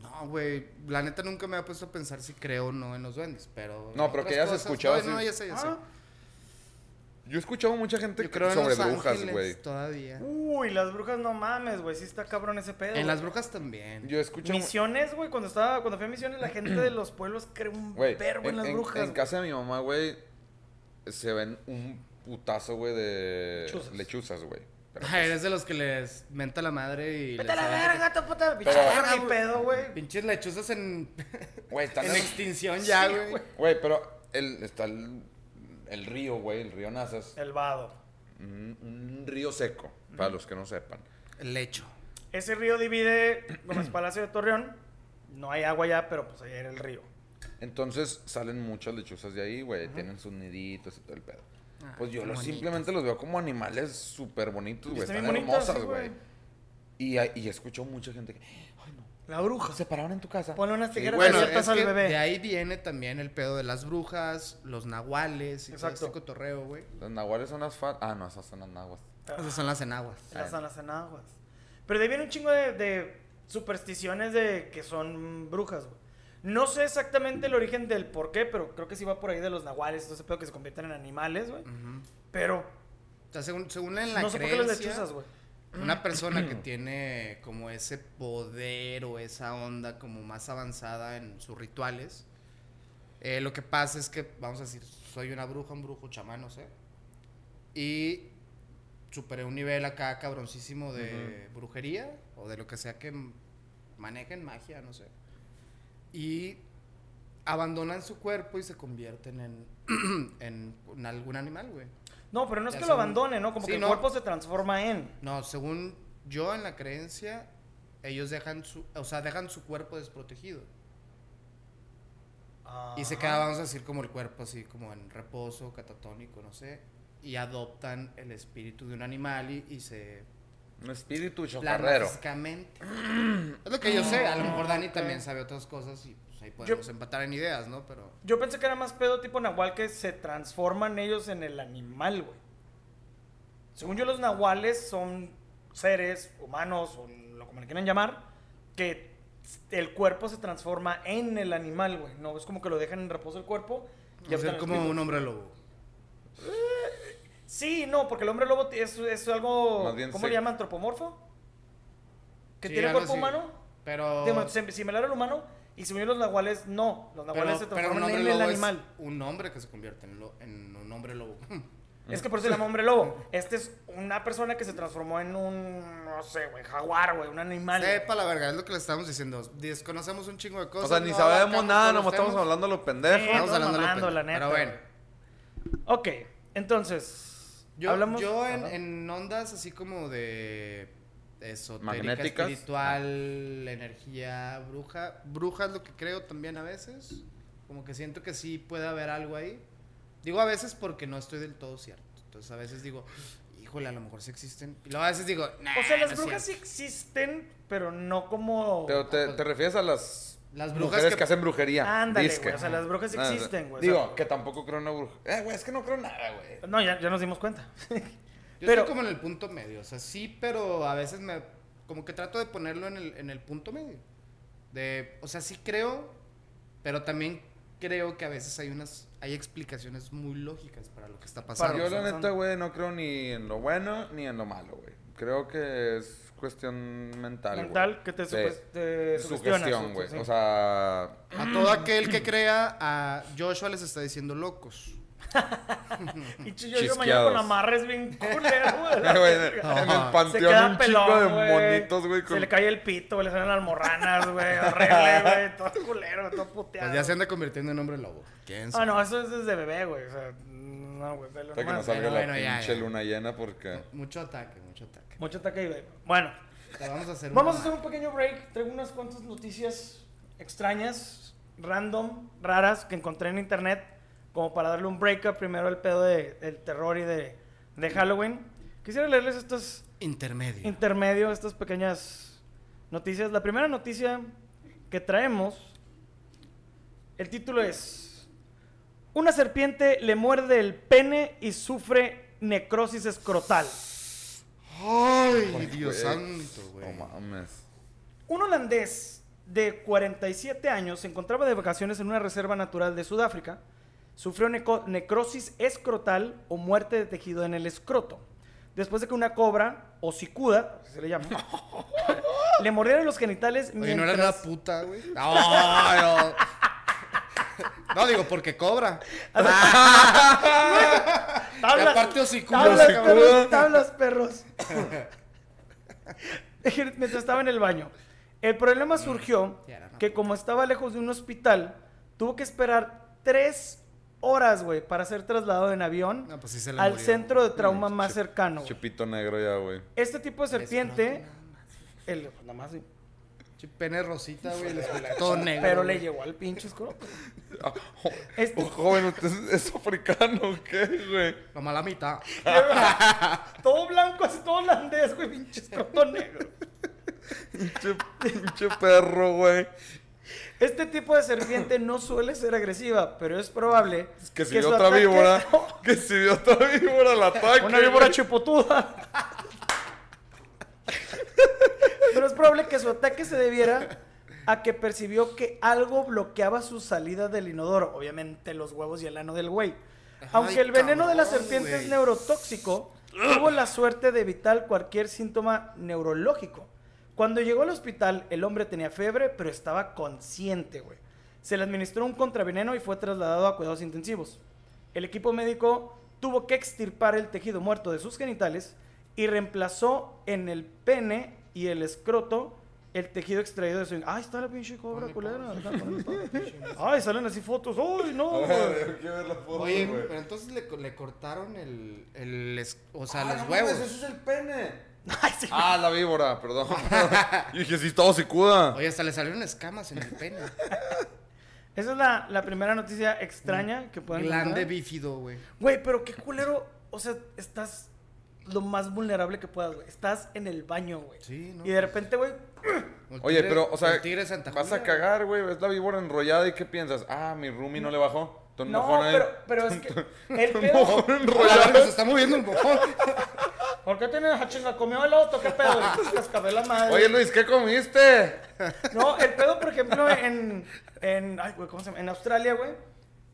S3: No, güey. La neta nunca me ha puesto a pensar si creo o no en los duendes, pero.
S1: No, pero
S3: otras
S1: que hayas
S3: cosas-
S1: escuchado
S3: No, no,
S1: así.
S3: ya sé, ya sé.
S2: Ah,
S1: Yo he escuchado mucha gente
S3: Yo
S1: que-
S3: creo en
S1: sobre
S3: los
S1: brujas,
S3: ángeles
S1: güey.
S3: Todavía.
S2: Uy, las brujas no mames, güey. Sí está cabrón ese pedo.
S3: En
S2: güey.
S3: las brujas también. [LAUGHS]
S1: Yo he escuchado...
S2: Misiones, güey. Cuando estaba, cuando fui a misiones, la gente de los pueblos cree un
S1: Güey,
S2: verbo en, las brujas.
S1: en
S2: güey.
S1: casa de mi mamá, güey, se ven un putazo, güey, de
S2: Lechuzas.
S1: lechuzas, güey. Pero,
S3: Ah, eres de los que les menta la madre y.
S2: Vete
S3: les
S2: a la
S3: agarra-
S2: verga, tu puta pinche
S1: Pero-
S2: verga y pedo, güey.
S3: Pinches lechuzas en.
S1: Güey, están
S3: en
S1: en-
S3: extinción ya,
S2: Sí,
S3: güey.
S2: güey.
S1: Güey, pero el, está el, el río, güey, el río Nazas.
S2: El vado.
S1: Un, un río seco, para los que no sepan.
S3: El lecho.
S2: Ese río divide Gómez Palacio de Torreón. No hay agua ya, pero pues ahí era el río.
S1: Entonces salen muchas lechuzas de ahí, güey. Tienen sus niditos y todo el pedo.
S3: Ah,
S1: pues yo
S3: qué
S1: los
S3: bonitos.
S1: simplemente los veo como animales súper bonitos, güey.
S2: Están
S1: Están
S2: bien bonitos,
S1: hermosas,
S2: sí,
S1: güey.
S2: güey.
S1: Y, hay- y escucho mucha gente que. Ay, no.
S2: La bruja.
S1: Se pararon en tu casa.
S2: Ponle unas
S1: Sí,
S2: tijeras
S1: güey,
S3: Bueno,
S2: abiertas
S3: es
S2: al
S3: que
S2: bebé.
S3: de ahí viene también el pedo de las brujas, los nahuales y
S2: Exacto.
S3: todo este cotorreo, güey.
S1: Los nahuales son las fan. Ah, no, esas son las nahuas.
S3: Esas son las enaguas.
S2: Ah, Las salas en aguas. Pero de ahí viene un chingo de, de supersticiones de que son brujas, güey. No sé exactamente el origen del por qué, pero creo que sí va por ahí de los nahuales, todo ese pedo que se convierten en animales, güey.
S3: Ujú.
S2: Pero
S3: O sea, según, según en la
S2: no sé por qué las
S3: creencia,
S2: lechuzas, güey.
S3: una persona que tiene como ese poder o esa onda como más avanzada en sus rituales, eh, lo que pasa es que, vamos a decir, soy una bruja, un brujo, chamán, no sé, y superé un nivel acá cabroncísimo de brujería o de lo que sea que m- manejan magia, no sé. Y abandonan su cuerpo y se convierten en, [CLEARS THROAT] en, en algún animal, güey.
S2: No, pero no es
S3: Ya
S2: que lo
S3: son-
S2: abandone, ¿no? Como
S3: Sí,
S2: que
S3: no.
S2: el cuerpo se transforma en.
S3: No, según yo en la creencia, ellos dejan su, o sea, dejan su cuerpo desprotegido. Y se queda, vamos a decir, como el cuerpo así, como en reposo, catatónico, no sé. Y adoptan el espíritu de un animal y, y se
S1: Un espíritu
S3: plasma
S1: chocarrero.
S3: físicamente. [CLEARS THROAT] es lo que yo sé. A lo mejor Dani
S2: ok.
S3: también sabe otras cosas y pues, ahí podemos empatar en ideas, ¿no? Pero
S2: Yo pensé que era más pedo tipo nahual que se transforman ellos en el animal, güey. Según yo, los nahuales son seres humanos, o lo como le quieran llamar, que el cuerpo se transforma en el animal, güey. No, es como que lo dejan en reposo el cuerpo.
S3: es
S2: habitan el
S3: como
S2: espíritu.
S3: un hombre lobo.
S2: Sí, no, porque el hombre lobo es, es algo...
S1: Más bien
S2: ¿Cómo
S1: se-
S2: le llama? ¿Antropomorfo? ¿Que
S3: Sí,
S2: tiene
S3: algo
S2: cuerpo
S3: así. Oh.
S2: humano?
S3: Pero.
S2: Digo, sem- similar al humano. Y según yo, los nahuales no. Los nahuales se transforman en el
S3: lobo es
S2: animal.
S3: un hombre que se convierte en, lo- en un hombre lobo. [LAUGHS]
S2: Es que por eso se llama hombre lobo. Este es una persona que se transformó en un, no sé, güey, jaguar, güey, un animal.
S3: Sepa la verga, es lo que le estamos diciendo. Desconocemos un chingo de
S1: O
S3: cosas.
S1: sea, ni
S3: no
S1: sabemos
S3: abarcamos
S1: nada,
S3: todos los
S1: nomás estamos
S3: temas.
S1: hablando lo pendejo.
S2: Sí.
S3: Estamos
S2: Estamos
S3: hablando de
S2: mamando,
S3: pendejo,
S2: la neta,
S3: Pero bueno,
S2: güey. Ok, entonces,
S3: yo,
S2: hablamos...
S3: yo en,
S2: Ajá.
S3: en ondas así como de esotérica,
S1: Magnéticas.
S3: espiritual, energía, bruja. Bruja es lo que creo también a veces. Como que siento que sí puede haber algo ahí. Digo a veces porque no estoy del todo cierto. Entonces a veces digo, híjole, a lo mejor sí existen. Y luego a veces digo, nah,
S2: O sea, las
S3: Ah, no es
S2: brujas sí
S3: cierto".
S2: existen, pero no como...
S1: Pero te, te refieres a las,
S3: Las brujas
S1: mujeres que...
S3: que
S1: hacen brujería.
S2: Ándale,
S1: disque.
S2: güey, o sea, las brujas
S1: Ah,
S2: existen, güey, o
S1: Digo,
S2: sea-
S1: que tampoco creo en la bruja. Eh, güey, es que no creo en nada, güey.
S2: No, ya, ya nos dimos cuenta.
S3: Yo
S2: Pero-
S3: estoy como en el punto medio, o sea, sí, pero a veces me... Como que trato de ponerlo en el, en el punto medio. De, o sea, sí creo, pero también creo que a veces hay unas... Hay explicaciones muy lógicas para lo que está pasando.
S1: Yo,
S3: o sea,
S1: la
S2: son-
S1: neta, güey, no creo ni en lo bueno ni en lo malo, güey. Creo que es cuestión mental, güey.
S2: Mental, que te,
S1: Sí.
S2: suges- te sugestiona,
S1: Sugestión,
S2: sí,
S1: güey.
S2: sí.
S1: O
S2: [LAUGHS]
S1: sea,
S3: A todo aquel que crea, a Joshua les está diciendo locos.
S2: Y yo, yo mañana con
S1: Chisqueados.
S2: amarres
S1: [LAUGHS]
S2: bien culero,
S1: Eh, güey, en el-
S2: güey.
S1: en el
S2: Se
S1: panteón
S2: queda
S1: un chingo de
S2: pelón, güey.
S1: monitos, güey.
S2: Se
S1: Con...
S2: le cae el pito, güey, le salen almorranas,
S1: [LAUGHS]
S2: güey. Horrible, güey. Todo culero, todo puteado.
S3: Pues ya se anda convirtiendo en hombre lobo. ¿Quién
S2: Ah,
S3: sabe?
S2: no, eso es desde bebé, güey. O sea, no, güey. velo
S1: Hasta que no
S2: nomás.
S1: salga
S3: Bueno,
S1: la
S3: bueno, ya,
S1: pinche
S3: ya.
S1: luna llena porque...
S3: Mucho ataque, mucho ataque.
S2: Mucho ataque y bebé. Bueno,
S3: O sea, vamos a hacer
S2: vamos a
S3: una-
S2: hacer un pequeño break. Traigo unas cuantas noticias extrañas, random, raras, que encontré en internet. Como para darle un break a primero el pedo de- del terror y de, de Halloween. Quisiera leerles estas...
S3: intermedio.
S2: intermedio de estas pequeñas noticias. La primera noticia que traemos, el título es, una serpiente le muerde el pene y sufre necrosis escrotal.
S3: Ay,
S1: Ay,
S3: Dios
S1: güey.
S3: santo, güey.
S1: No mames.
S2: Un holandés de 47 años se encontraba de vacaciones en una reserva natural de Sudáfrica. Sufrió neco- necrosis escrotal o muerte de tejido en el escroto. Después de que una cobra o cicuda, así se le llama, [LAUGHS] le mordieron los genitales
S3: Oye, no era
S2: mientras-
S3: una puta, güey. No, no. No, digo, porque cobra.
S2: [LAUGHS] Tablas,
S3: Ah. Y aparte hocicudo,
S2: tablas,
S3: hocicudo.
S2: perros, tablas, perros. [LAUGHS] Mientras estaba en el baño. El problema surgió
S3: Ya Mm. era una
S2: que como estaba lejos de un hospital, tuvo que esperar tres horas, güey, para ser trasladado en avión
S3: No, pues sí se le
S2: al
S3: murió.
S2: centro de trauma
S1: Mm,
S2: más
S1: chup-
S2: cercano. güey.
S1: Chupito negro ya, güey.
S2: Este tipo de
S3: El
S2: serpiente,
S3: escroto, nada más.
S2: el, nada más, sí,
S3: Che, Pene rosita, güey. el escroto Todo negro.
S2: pero
S3: güey.
S2: le llegó al pinche
S3: [LAUGHS]
S2: escroto.
S1: Ah, jo-
S2: Este- [LAUGHS]
S1: oh, joven, ¿usted es, es africano o qué, güey?
S3: Nomás la mitad.
S2: todo blanco, así todo holandés, güey, pinche escroto negro.
S1: Pinche, pinche perro, güey.
S2: Este tipo de serpiente no suele ser agresiva, pero es probable
S1: Es Que si
S2: su
S1: vio otra
S2: ataque- [LAUGHS]
S1: víbora, [LAUGHS] que si vio otra víbora, la ataque.
S2: Una víbora
S1: güey.
S2: chupotuda. [LAUGHS] Pero es probable que su ataque se debiera a que percibió que algo bloqueaba su salida del inodoro. Obviamente los huevos y el ano del güey. Aunque
S3: Ay,
S2: el veneno de la
S3: cabrón,
S2: serpiente es
S3: güey.
S2: neurotóxico, tuvo la suerte de evitar cualquier síntoma neurológico. Cuando llegó al hospital, el hombre tenía fiebre, pero estaba consciente, güey. Se le administró un contraveneno y fue trasladado a cuidados intensivos. El equipo médico tuvo que extirpar el tejido muerto de sus genitales y reemplazó en el pene y el escroto el tejido extraído de su... ¡Ay, está la pinche cobra culera! ¡Ay, salen así fotos! ¡Ay, no!
S1: A
S2: güey!
S1: ver, yo quiero ver la foto,
S3: Oye,
S1: güey.
S3: pero entonces le, co- le cortaron el, el es- o sea,
S1: Ah,
S3: los
S1: no
S3: huevos.
S1: mames, ¡Eso es el pene!
S2: ¡Ay, sí!
S1: Ah, la víbora,
S3: [LAUGHS]
S1: perdón. [LAUGHS] Yo dije, sí, todo se cuda.
S3: Oye, hasta le salieron escamas en el
S2: [LAUGHS]
S3: pene.
S2: Esa es la, la primera noticia extraña que pueden
S3: Glande
S2: encontrar.
S3: bífido, güey.
S2: Güey, pero qué culero. O sea, estás lo más vulnerable que puedas, güey. Estás en el baño, güey.
S3: Sí, no,
S2: Y de
S3: pues.
S2: repente, güey,
S3: El
S1: Oye,
S3: tigre-
S1: pero, o sea,
S3: el tigre de Santa
S1: vas a
S3: Julia,
S1: cagar, güey. Ves la víbora enrollada y ¿qué piensas? Ah, mi roomie no le bajó. Entonces,
S2: No,
S1: mojón ahí.
S2: pero,
S1: [LAUGHS]
S2: pero es que el
S1: Mojón
S2: pedo.
S3: güey. A [LAUGHS] la
S1: [LAUGHS] enrollado.
S3: verga, Se está moviendo el mojón.
S2: ¿Por qué tienes a chinga comió el otro? ¿Qué
S1: [LAUGHS]
S2: pedo? Cascabel la madre.
S1: Oye, Luis, ¿qué comiste?
S2: No, el pedo, por ejemplo, en. en ay, güey, ¿cómo se llama? En Australia, güey.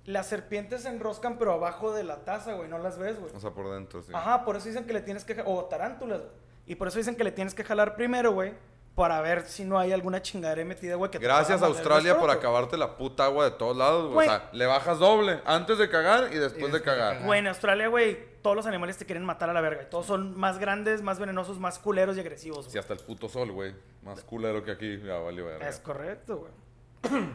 S2: Las serpientes se enroscan, pero abajo de la taza, güey. No las ves, güey.
S1: O sea, por dentro, sí.
S2: Ajá, por eso dicen que le tienes que. ja- O tarántulas, güey. Y por eso dicen que le tienes que jalar primero, güey. Para ver si no hay alguna chingadera metida, güey. que te
S1: Gracias,
S2: pueda morder
S1: Australia,
S2: los
S1: por
S2: ojos.
S1: acabarte la puta agua de todos lados, güey. O sea, le bajas doble. Antes de cagar y después de
S3: después de
S1: cagar.
S3: cagar.
S2: Güey, en Australia, güey, todos los animales te quieren matar a la verga. Y todos son más grandes, más venenosos, más culeros y agresivos, güey.
S1: Sí, hasta el puto sol, güey. Más culero que aquí. Ya, vale, verga.
S2: Es correcto, güey.
S3: Están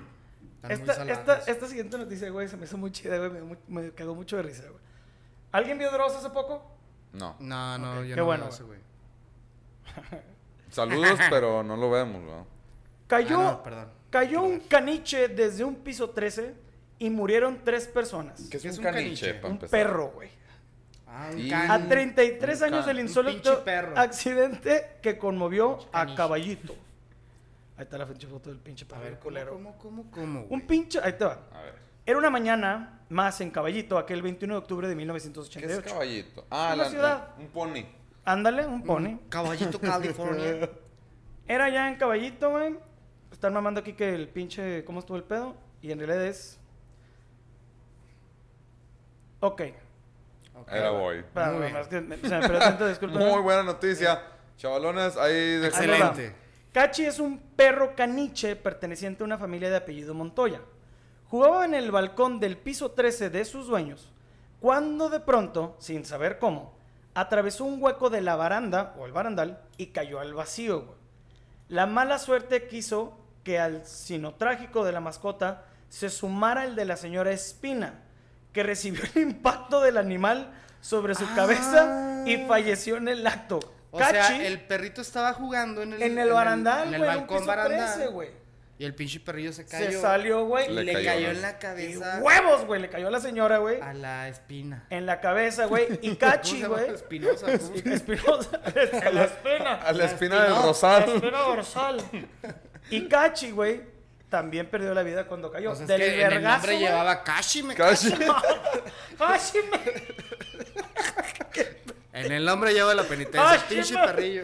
S3: muy
S2: Esta,
S3: salados.
S2: esta, esta siguiente noticia, güey, se me hizo muy chida, güey. Me, dio mu- me cagó mucho de risa, güey. ¿Alguien vio Dross hace poco?
S1: No.
S2: Mm.
S3: No, no,
S2: Ok, qué
S3: yo no
S2: bueno,
S3: lo hace, güey.
S2: [LAUGHS]
S1: Saludos, pero no lo vemos, güey.
S2: Cayó,
S3: Ah, no, perdón.
S2: cayó un caniche desde un piso 13 y murieron tres personas.
S1: ¿Qué es
S3: ¿Qué
S1: un caniche? pa'
S2: Un
S1: empezar?
S2: perro, güey.
S3: Ah,
S1: Y-
S3: un
S2: A
S3: can.
S2: 33
S1: un
S2: años
S1: can-
S2: del
S3: un
S2: insólito
S3: pinche perro.
S2: accidente que conmovió a
S3: caniche.
S2: Caballito. Ahí está la pinche foto del pinche
S3: A
S2: perro
S3: ver, ¿cómo,
S2: culero.
S3: cómo, cómo, cómo, güey?
S2: Un pinche... Ahí te va.
S1: A ver.
S2: Era una mañana más en Caballito, aquel 21 de octubre de
S1: ¿Qué es
S2: 1988.
S1: caballito? Ah,
S2: Una
S1: la,
S2: ciudad.
S1: un pony.
S2: Ándale,
S3: Mm.
S2: un pony. [LAUGHS]
S3: Caballito California.
S2: Era ya en Caballito, güey. Están mamando aquí que el pinche. ¿Cómo estuvo el pedo? Y en realidad es. Ok.
S3: Ok.
S1: Era voy.
S2: Para,
S3: Muy bien.
S2: es que me- se me perdió tanto,
S3: [LAUGHS]
S2: discúlpenme.
S1: Muy buena noticia. Chavalones, ahí
S2: [LAUGHS]
S1: de
S2: Ahí les va.
S3: Excelente.
S2: Cachi es un perro caniche perteneciente a una familia de apellido Montoya. Jugaba en el balcón del piso 13 de sus dueños, cuando de pronto, sin saber cómo, atravesó un hueco de la baranda o el barandal y cayó al vacío. güey. La mala suerte quiso que al sino trágico de la mascota se sumara el de la señora Espina, que recibió el impacto del animal sobre su
S3: Ah.
S2: cabeza y falleció en el acto.
S3: O
S2: Cachi,
S3: sea, el perrito estaba jugando en el...
S2: en el barandal,
S3: En
S2: güey.
S3: el
S2: en un
S3: balcón
S2: piso
S3: barandal.
S2: 13, güey.
S3: Y el pinche perrillo se cayó.
S2: Se salió, güey.
S1: Le
S3: Le,
S1: cayó,
S3: cayó,
S1: ¿no?
S3: en la
S2: Y
S3: cabeza
S2: huevos, güey. Le cayó a la señora, güey.
S3: a la espina.
S2: En la cabeza, güey.
S3: [LAUGHS]
S2: Y cachi,
S3: ¿Cómo
S2: güey.
S3: se llama?
S2: [LAUGHS]
S3: Espinosa. Pues ¿cómo?
S2: y Espinosa. A la
S3: [LAUGHS]
S2: espina.
S1: A la espina del
S3: espina.
S2: La [LAUGHS]
S1: rosal. [LAUGHS]
S2: espina dorsal. Y cachi, güey. También perdió la vida cuando cayó.
S3: O sea, es
S2: Del
S3: que en el
S2: vergazo,
S3: nombre
S2: güey.
S3: llevaba Kashi. me-
S1: Casi.
S2: Ay, sí, me- [LAUGHS]
S3: En el nombre lleva la penitencia.
S2: Kashi,
S3: pinche
S2: no.
S3: perrillo.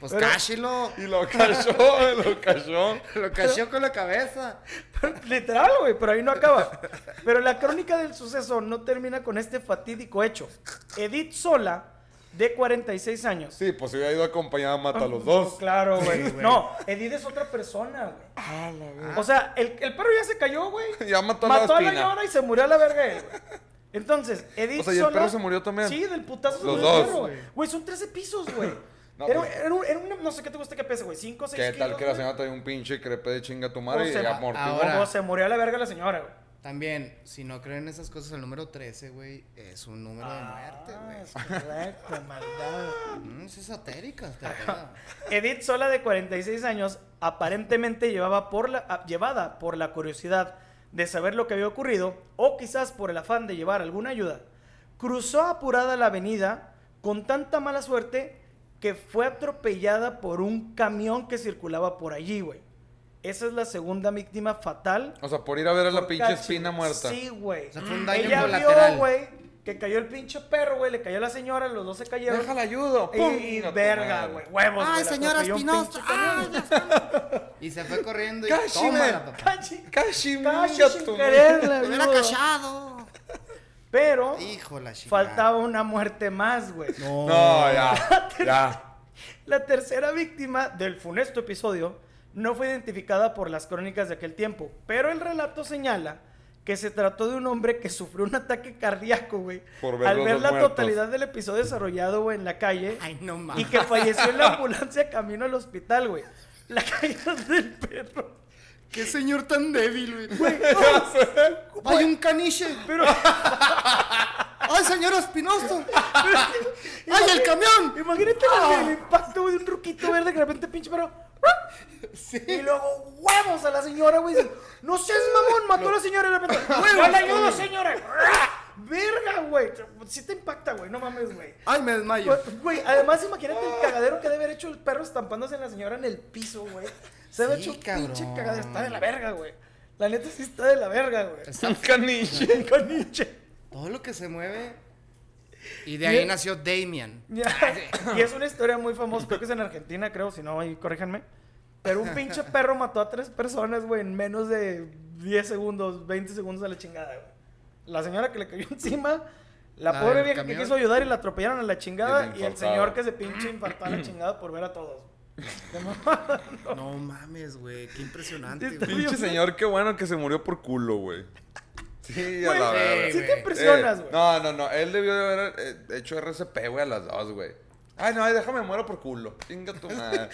S3: Pues
S2: Pero-
S3: Kashi lo,
S1: Y lo cachó, lo cachó.
S3: lo cacheó con la cabeza.
S2: Literal, güey, pero ahí no acaba. Pero la crónica del suceso no termina con este fatídico hecho. Edith Sola, de 46 años,
S1: Sí, pues si hubiera ido acompañada, mata a los
S2: Ah, No,
S1: dos. [LAUGHS]
S2: Claro, güey.
S3: güey.
S2: no, Edith es otra persona, güey. O sea, el, el perro ya se
S1: [LAUGHS]
S2: cayó, güey.
S1: Ya mató a la
S2: Mató a la
S1: espina.
S2: llora y se murió a la verga él, güey. Entonces, Edith
S1: O sea, ¿y el
S2: solo-
S1: perro se murió también?
S2: Sí, del putazo se
S1: Los
S2: murió el
S1: dos.
S2: perro, güey. Güey, son 13 pisos, güey.
S1: [LAUGHS] No,
S2: era,
S1: pues-
S2: era un, era un- no sé qué te gusta que pese, güey. 5, 6
S1: ¿Qué
S2: kilos.
S1: tal que la
S2: güey.
S1: señora trae un pinche crepe de chinga a tu madre
S2: O sea,
S1: y amortiguó?
S3: ahora-
S2: O Pues se murió a la verga la señora, güey.
S3: También, si no creen esas cosas, el número 13, güey, es un número de
S2: Ah,
S3: muerte,
S2: es correcto, maldad.
S3: güey. Mm, es esotérica. esta peda.
S2: Edith Sola, de 46 años, aparentemente llevaba por la, a- llevada por la curiosidad de saber lo que había ocurrido o quizás por el afán de llevar alguna ayuda, cruzó apurada la avenida con tanta mala suerte que fue atropellada por un camión que circulaba por allí, güey. Esa es la segunda víctima fatal.
S1: O sea, por ir a ver a la
S2: por
S1: pinche
S2: Cachi.
S1: espina muerta.
S2: Sí, güey.
S3: O sea, fue un daño
S2: Ella
S3: colateral.
S2: vio, güey, que cayó el pinche perro, güey, le cayó a la señora, los dos se cayeron.
S1: Déjala ayudo.
S2: Y,
S1: ¡Pum!
S2: y
S1: Chinga tu
S2: verga,
S1: madre.
S2: güey. Huevos.
S3: Ay,
S2: güey, la
S3: señora
S2: atropelló un
S3: Espinosa.
S2: pinche
S3: ay,
S2: camión.
S3: ya está. y se fue corriendo y
S1: Kashi,
S3: tómala,
S1: me-
S3: papá.
S2: Cachi.
S1: Casi,
S2: Cachi
S1: chinga
S2: sin
S1: tu
S2: querer, la
S3: Me hubiera
S2: viuda.
S3: cachado.
S2: Pero
S3: Hijo de la chingada.
S2: faltaba una muerte más, güey.
S3: No.
S1: No, ya. Ya.
S2: [LAUGHS] La tercera víctima del funesto episodio no fue identificada por las crónicas de aquel tiempo, pero el relato señala que se trató de un hombre que sufrió un ataque cardíaco, güey,
S1: Por ver
S2: al
S1: los
S2: ver
S1: dos
S2: la
S1: muertos.
S2: totalidad del episodio desarrollado güey, en la calle
S3: Ay, no
S2: y
S3: mames. [LAUGHS]
S2: que falleció en la ambulancia camino al hospital, güey. La caída del perro.
S3: Qué señor tan débil, güey. Hay un caniche.
S2: Pero
S3: ¡Ay, señor Espinosa! ¡Ay, el camión! Ah.
S2: imagínate el, el impacto güey, de un ruquito verde que de repente pinche perro. Y luego huevos a la señora, güey. Dice, No seas mamón, mató a la señora y de repente. ¡Huevos! ¡Yo la ayudo, señora! ¡Verga, güey! Sí te impacta, güey. No mames, güey.
S3: ¡Ay, me desmayo!
S2: Güey, además imagínate el cagadero que debe haber hecho el perro estampándose en la señora en el piso, güey. Se debe
S3: Sí,
S2: hecho un
S3: cabrón.
S2: pinche cagadero. Está de la verga, güey. La neta sí está de la verga, güey.
S1: Un caniche.
S2: El caniche.
S3: Todo lo que se mueve. Y de ahí
S2: Bien.
S3: nació Damien.
S2: [LAUGHS] y es una historia muy famosa, creo que es en Argentina, creo, si no, ahí corríjanme. Pero un pinche perro mató a tres personas, güey, en menos de 10 segundos, 20 segundos a la chingada, güey. La señora que le cayó [LAUGHS] encima, la,
S3: La
S2: pobre
S3: del
S2: vieja
S3: camión.
S2: que quiso ayudar y la atropellaron a la chingada,
S1: El
S2: y el
S1: infartado.
S2: señor que se pinche infartó a la chingada por ver a todos. De mamá.
S3: No mames, güey. Qué impresionante,
S2: Está
S3: güey.
S2: bien.
S1: Pinche señor, qué bueno que se murió por culo, güey. Sí, a
S2: Güey,
S1: la verga.
S2: sí te
S3: güey.
S2: impresionas,
S1: Eh,
S2: güey.
S1: No, no, no. Él debió de haber eh, hecho RCP, güey, a las dos, güey. Ay, no, ay, déjame muero por culo. Chinga tu madre.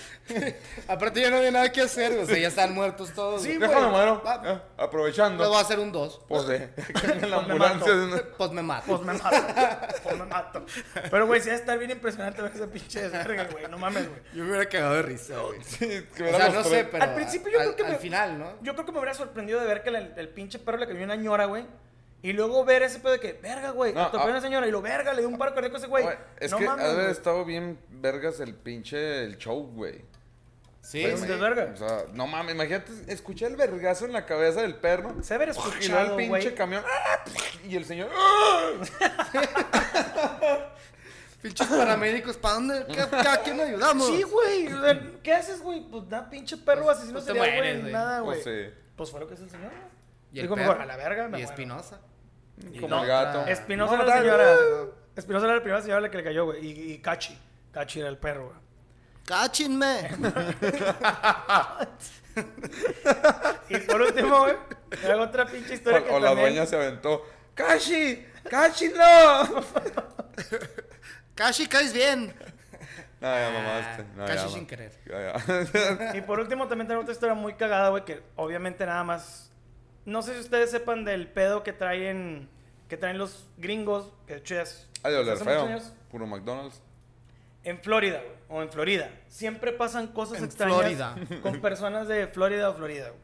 S3: Aparte, ya no había nada que hacer, güey. O sea, ya están muertos todos.
S2: Sí,
S3: güey.
S1: déjame muero.
S3: Va-
S1: Eh,
S3: Le
S1: aprovechando.
S3: voy a hacer un 2.
S1: Pues de. En la
S2: me
S1: ambulancia. de una- [LAUGHS]
S3: Pues me mato.
S2: Pues me mato. Pues me mato. Pero, güey, sí va a estar bien impresionante ver ese pinche desvergue, güey. No mames, güey.
S3: Yo me hubiera cagado de risa, güey.
S1: Sí, que
S3: O
S1: eran
S3: sea,
S1: los
S3: no
S1: tres.
S3: sé, pero.
S2: Al principio yo
S3: al-
S2: creo que
S3: Al
S2: me-
S3: final, ¿no?
S2: Yo creo que me hubiera sorprendido de ver que la- el pinche perro le cayó una ñora, güey. Y luego ver ese pedo de que, verga, güey,
S1: No, ah-
S2: atropelló a una señora. Y lo, verga, le dio un paro cardíaco a ese güey.
S1: Güey, Es
S2: no
S1: que ha de
S2: mames,
S1: haber
S2: güey.
S1: estado bien vergas el pinche el show, güey.
S3: Sí,
S2: Pero-
S3: sí.
S2: de verga.
S1: O sea, no mames, imagínate, escuché el vergazo en la cabeza del perro.
S2: Se haber
S1: Y luego el
S2: escuchado,
S1: pinche
S2: güey.
S1: camión. ¡ah! Y el señor. ¡ah!
S3: Pinches paramédicos, ¿para dónde? ¿Qué, ¿A quién ayudamos?
S2: Sí, güey. o sea, ¿Qué haces, güey? Pues nada, pinche perro
S3: Pues-
S2: asesino
S3: pues te
S2: serial,
S3: mueres,
S2: güey.
S3: güey.
S2: Nada, güey.
S1: Pues
S2: Pues,
S1: sí.
S2: fue lo que es el señor. güey.
S3: Y el
S2: Dijo,
S3: perro.
S2: mejor, a la verga, me
S3: Y
S2: muero.
S3: Espinosa.
S1: Como
S2: No,
S1: el gato.
S2: Espinosa
S1: No, Uh.
S2: era la
S1: dale.
S2: señora. Espinosa era la primera señora a la que le cayó, güey. Y, y Cachi. Cachi era el perro, güey. [LAUGHS]
S3: ¡Cáchenme!
S2: Y por último, güey, hago otra pinche historia que
S1: O, o la
S2: también-
S1: dueña se aventó. ¡Cashi! ¡Cashi no!
S3: ¡Cashi, caes bien!
S1: No,
S2: Ah,
S1: ya mamaste. No,
S3: Casi
S1: ya,
S3: sin
S1: ma-
S3: querer.
S1: Ya, [LAUGHS] ya.
S2: Y por último, también tenemos otra historia muy cagada, güey, que obviamente nada más. No sé si ustedes sepan del pedo que traen. Que traen los gringos, que de hecho ya es-
S1: Ay, de oler
S2: hace muchos
S1: feo.
S2: años,
S1: Puro McDonald's.
S2: En Florida, güey, o en Florida. Siempre pasan cosas
S3: En
S2: extrañas
S3: Florida.
S2: con personas de Florida o Florida, güey.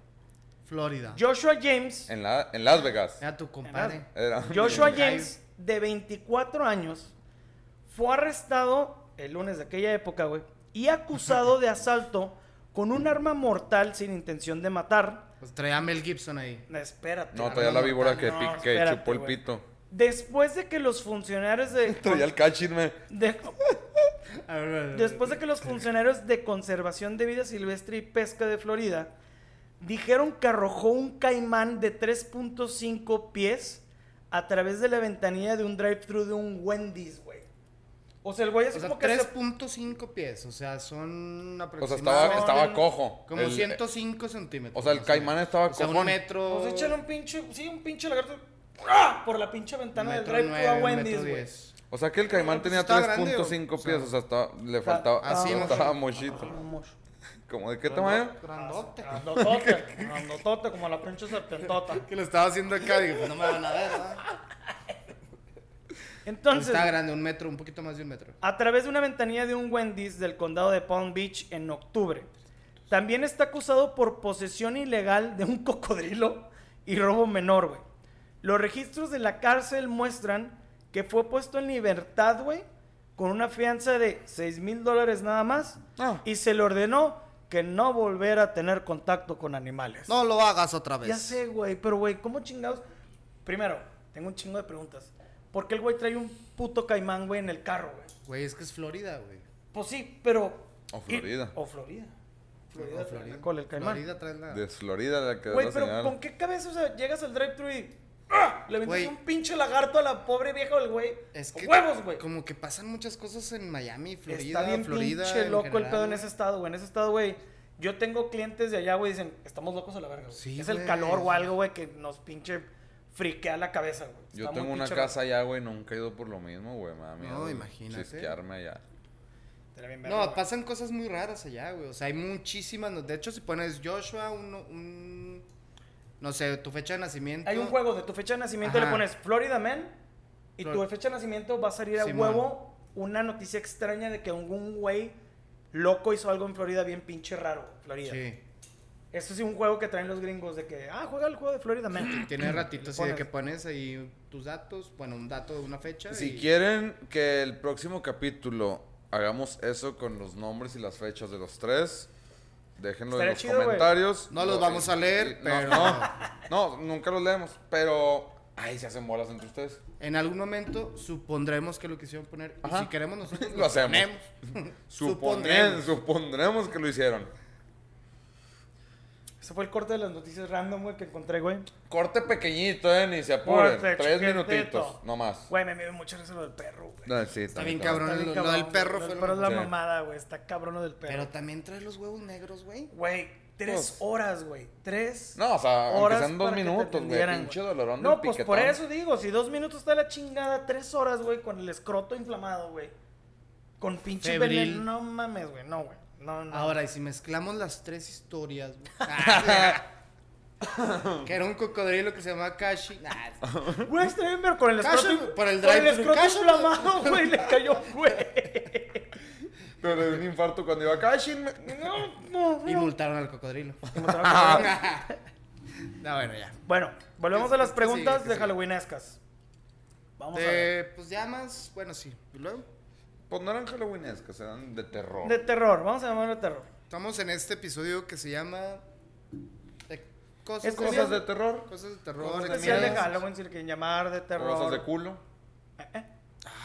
S3: Florida.
S2: Joshua James.
S1: En, la, en Las Vegas.
S3: Era tu compadre.
S1: Era-
S2: Joshua
S3: Ay.
S2: James, de 24 años, fue arrestado el lunes de aquella época, güey, y acusado de asalto con un arma mortal sin intención de matar.
S3: Pues traía a Mel Gibson ahí.
S2: No, Espérate.
S1: No,
S2: güey.
S1: traía la víbora que,
S2: No,
S1: pi- que
S2: espérate,
S1: chupó el
S2: güey.
S1: pito.
S2: Después de que los funcionarios
S1: [LAUGHS]
S2: de...
S1: Traía el cachirme.
S2: de-
S3: A ver, a ver, a ver.
S2: después de que los funcionarios de Conservación de Vida Silvestre y Pesca de Florida dijeron que arrojó un caimán de 3.5 pies a través de la ventanilla de un drive-thru de un Wendy's, güey. O sea, el güey así
S3: O sea,
S2: como que... se-
S3: 3.5 pies. O sea, son
S1: O sea, estaba,
S3: aproximadamente.
S1: estaba cojo.
S3: Como
S1: El- eh,
S3: 105
S1: O
S3: centímetros.
S1: sea, el
S3: más
S1: caimán
S3: menos.
S1: estaba
S3: O sea, un
S1: cojón.
S3: metro.
S2: Pues échale un pinche... Sí, un pinche lagarto... ¡ah! Por la pinche ventana del
S3: metro
S2: drive-thru a
S3: nueve, un metro
S2: Wendy's, güey.
S3: diez.
S1: O sea que el caimán
S3: Pues
S1: tenía
S3: estaba grande,
S1: 3.5
S3: o sea, ah,
S1: pies, o sea, estaba- le faltaba,
S3: así,
S1: no
S3: más o
S1: estaba
S3: menos.
S1: mochito.
S2: Vamos.
S1: ¿Como de qué tamaño?
S3: Grandote.
S2: Grandotote, grandotote, como la pinche serpentota.
S3: Que lo estaba haciendo acá. Digo, pues no me van a ver, ¿verdad?
S2: Entonces,
S3: Está grande, un metro, un poquito más de un metro.
S2: a través de una ventanilla de un Wendy's del condado de Palm Beach en octubre. También está acusado por posesión ilegal de un cocodrilo y robo menor, güey. Los registros de la cárcel muestran que fue puesto en libertad, güey, con una fianza de 6 mil dólares nada más.
S1: Ah.
S2: Y se le ordenó que no volviera a tener contacto con animales.
S3: No lo hagas otra vez.
S2: Ya sé, güey, pero güey, ¿cómo chingados? Primero, tengo un chingo de preguntas. ¿Por qué el güey trae un puto caimán, güey, en el carro, güey?
S3: Güey, es que es Florida, güey.
S2: Pues sí, pero.
S1: O Florida.
S2: o Florida. Florida,
S3: No,
S2: Florida. Con el caimán.
S3: Florida trae la...
S1: De Florida la que
S2: Güey,
S1: la
S2: pero
S1: señal.
S2: ¿con qué cabeza o sea, llegas al drive-thru y. ¡ah! Le aventas
S3: Güey.
S2: un pinche lagarto a la pobre vieja del güey.
S3: Es
S2: ¡Con
S3: que
S2: ¡Huevos, güey!
S3: Como que pasan muchas cosas en Miami, Florida,
S2: Está bien
S3: Florida.
S2: pinche
S3: en
S2: loco el
S3: general,
S2: pedo en
S3: güey.
S2: ese estado, güey. En ese estado, güey. Yo tengo clientes de allá, güey, dicen, estamos locos a la verga. güey".
S3: Sí,
S2: es el
S3: güey.
S2: calor o algo, güey, que nos pinche friquea la cabeza, güey.
S1: Yo
S2: Está muy
S1: tengo una
S2: pinche
S1: casa allá, güey, nunca he ido por lo mismo, güey, me da miedo,
S3: No,
S1: güey,
S3: imagínate.
S1: Chisquearme allá.
S2: Estaría bien verga,
S3: No,
S2: güey.
S3: pasan cosas muy raras allá, güey. O sea, hay muchísimas. no- De hecho, si pones Joshua, un, un- No sé, tu fecha de nacimiento.
S2: Hay un juego de tu fecha de nacimiento, le
S3: Ajá.
S2: pones Florida Man y
S3: Flor-
S2: tu fecha de nacimiento va a salir a
S3: Simón.
S2: huevo una noticia extraña de que algún güey loco hizo algo en Florida bien pinche raro, Florida.
S3: Sí.
S2: Esto es un juego que traen los gringos de que, ah, juega el juego de Florida Man.
S3: Tiene
S2: Y le
S3: ratito así de
S2: pones-
S3: [CLEARS THROAT] que pones ahí tus datos. Bueno, un dato de una fecha.
S1: Si
S3: y-
S1: quieren que el próximo capítulo hagamos eso con los nombres y las fechas de los tres, déjenlo en
S2: Estaría
S1: los
S2: chido, güey.
S1: comentarios.
S3: No los
S1: Lo-
S3: vamos a leer,
S1: no,
S3: pero-
S1: No, [LAUGHS] no, nunca los leemos, pero... Ahí se hacen bolas entre ustedes.
S3: En algún momento supondremos que lo quisieron poner. Y
S1: Ajá.
S3: si queremos
S1: [LAUGHS]
S3: nosotros
S1: Lo hacemos.
S3: ponemos.
S1: Supondremos. supondremos que lo hicieron.
S2: Ese fue el corte de las noticias random, güey, que encontré, güey.
S1: Corte pequeñito, ¿eh? Ni se apuren.
S2: Corte
S1: Tres
S2: chiquitito.
S1: minutitos, no más.
S2: Güey, me dio mucho risa lo del perro, güey.
S1: No, sí,
S3: Está
S1: también,
S3: bien
S1: también.
S3: cabrón.
S2: Está bien
S3: lo- lo
S2: cabrón,
S3: del
S2: güey.
S3: perro
S2: Lo
S3: fue
S2: del
S3: lo
S2: perro es la
S1: mejor. Sí.
S2: mamada, güey. Está cabrón lo del
S3: Pero
S2: perro.
S3: también trae los huevos negros, güey.
S2: Güey, tres
S1: Pues-
S2: horas, güey. Tres
S1: No, o sea, aunque
S2: horas
S1: sean dos
S2: para que te
S1: minutos, güey.
S2: atendieran,
S1: Pinche
S2: güey.
S1: dolorón
S2: No,
S1: del
S2: pues
S1: piquetón.
S2: por eso digo, si dos minutos está la chingada, tres horas, güey, con el escroto inflamado, güey. Con pinche
S3: Febril.
S2: veneno. No mames, güey, no, güey. No, no.
S3: Ahora, y si mezclamos las tres historias,
S1: [LAUGHS]
S3: güey. que era un cocodrilo que se llamaba Kashi. Nah,
S2: Güey, está bien, pero con el escroto.
S3: Cállate, por el
S2: con el
S3: drive-thru,
S2: escroto
S3: cállate.
S2: inflamado, [LAUGHS] güey, le cayó, güey.
S1: Pero le dio un infarto cuando iba a Cashin.
S2: No, no,
S3: y
S2: no.
S3: multaron al cocodrilo. [LAUGHS] No, bueno, ya.
S2: Bueno, volvemos a las
S3: Sí,
S2: preguntas
S3: sí,
S2: de
S3: sí.
S2: Halloweenescas. Vamos a ver.
S3: Eh, pues ya más, bueno, sí. Y luego,
S1: Pues no eran halloweenescas, eran de terror.
S2: De terror, vamos a llamarlo terror.
S3: estamos en este episodio que se llama eh, Cosas,
S2: Es
S3: de,
S1: Cosas de terror.
S3: cosas de terror.
S1: Cosas de
S2: Especial de
S1: miedo.
S3: extrañas.
S2: Halloween, si le quieren llamar de terror.
S1: Cosas de culo.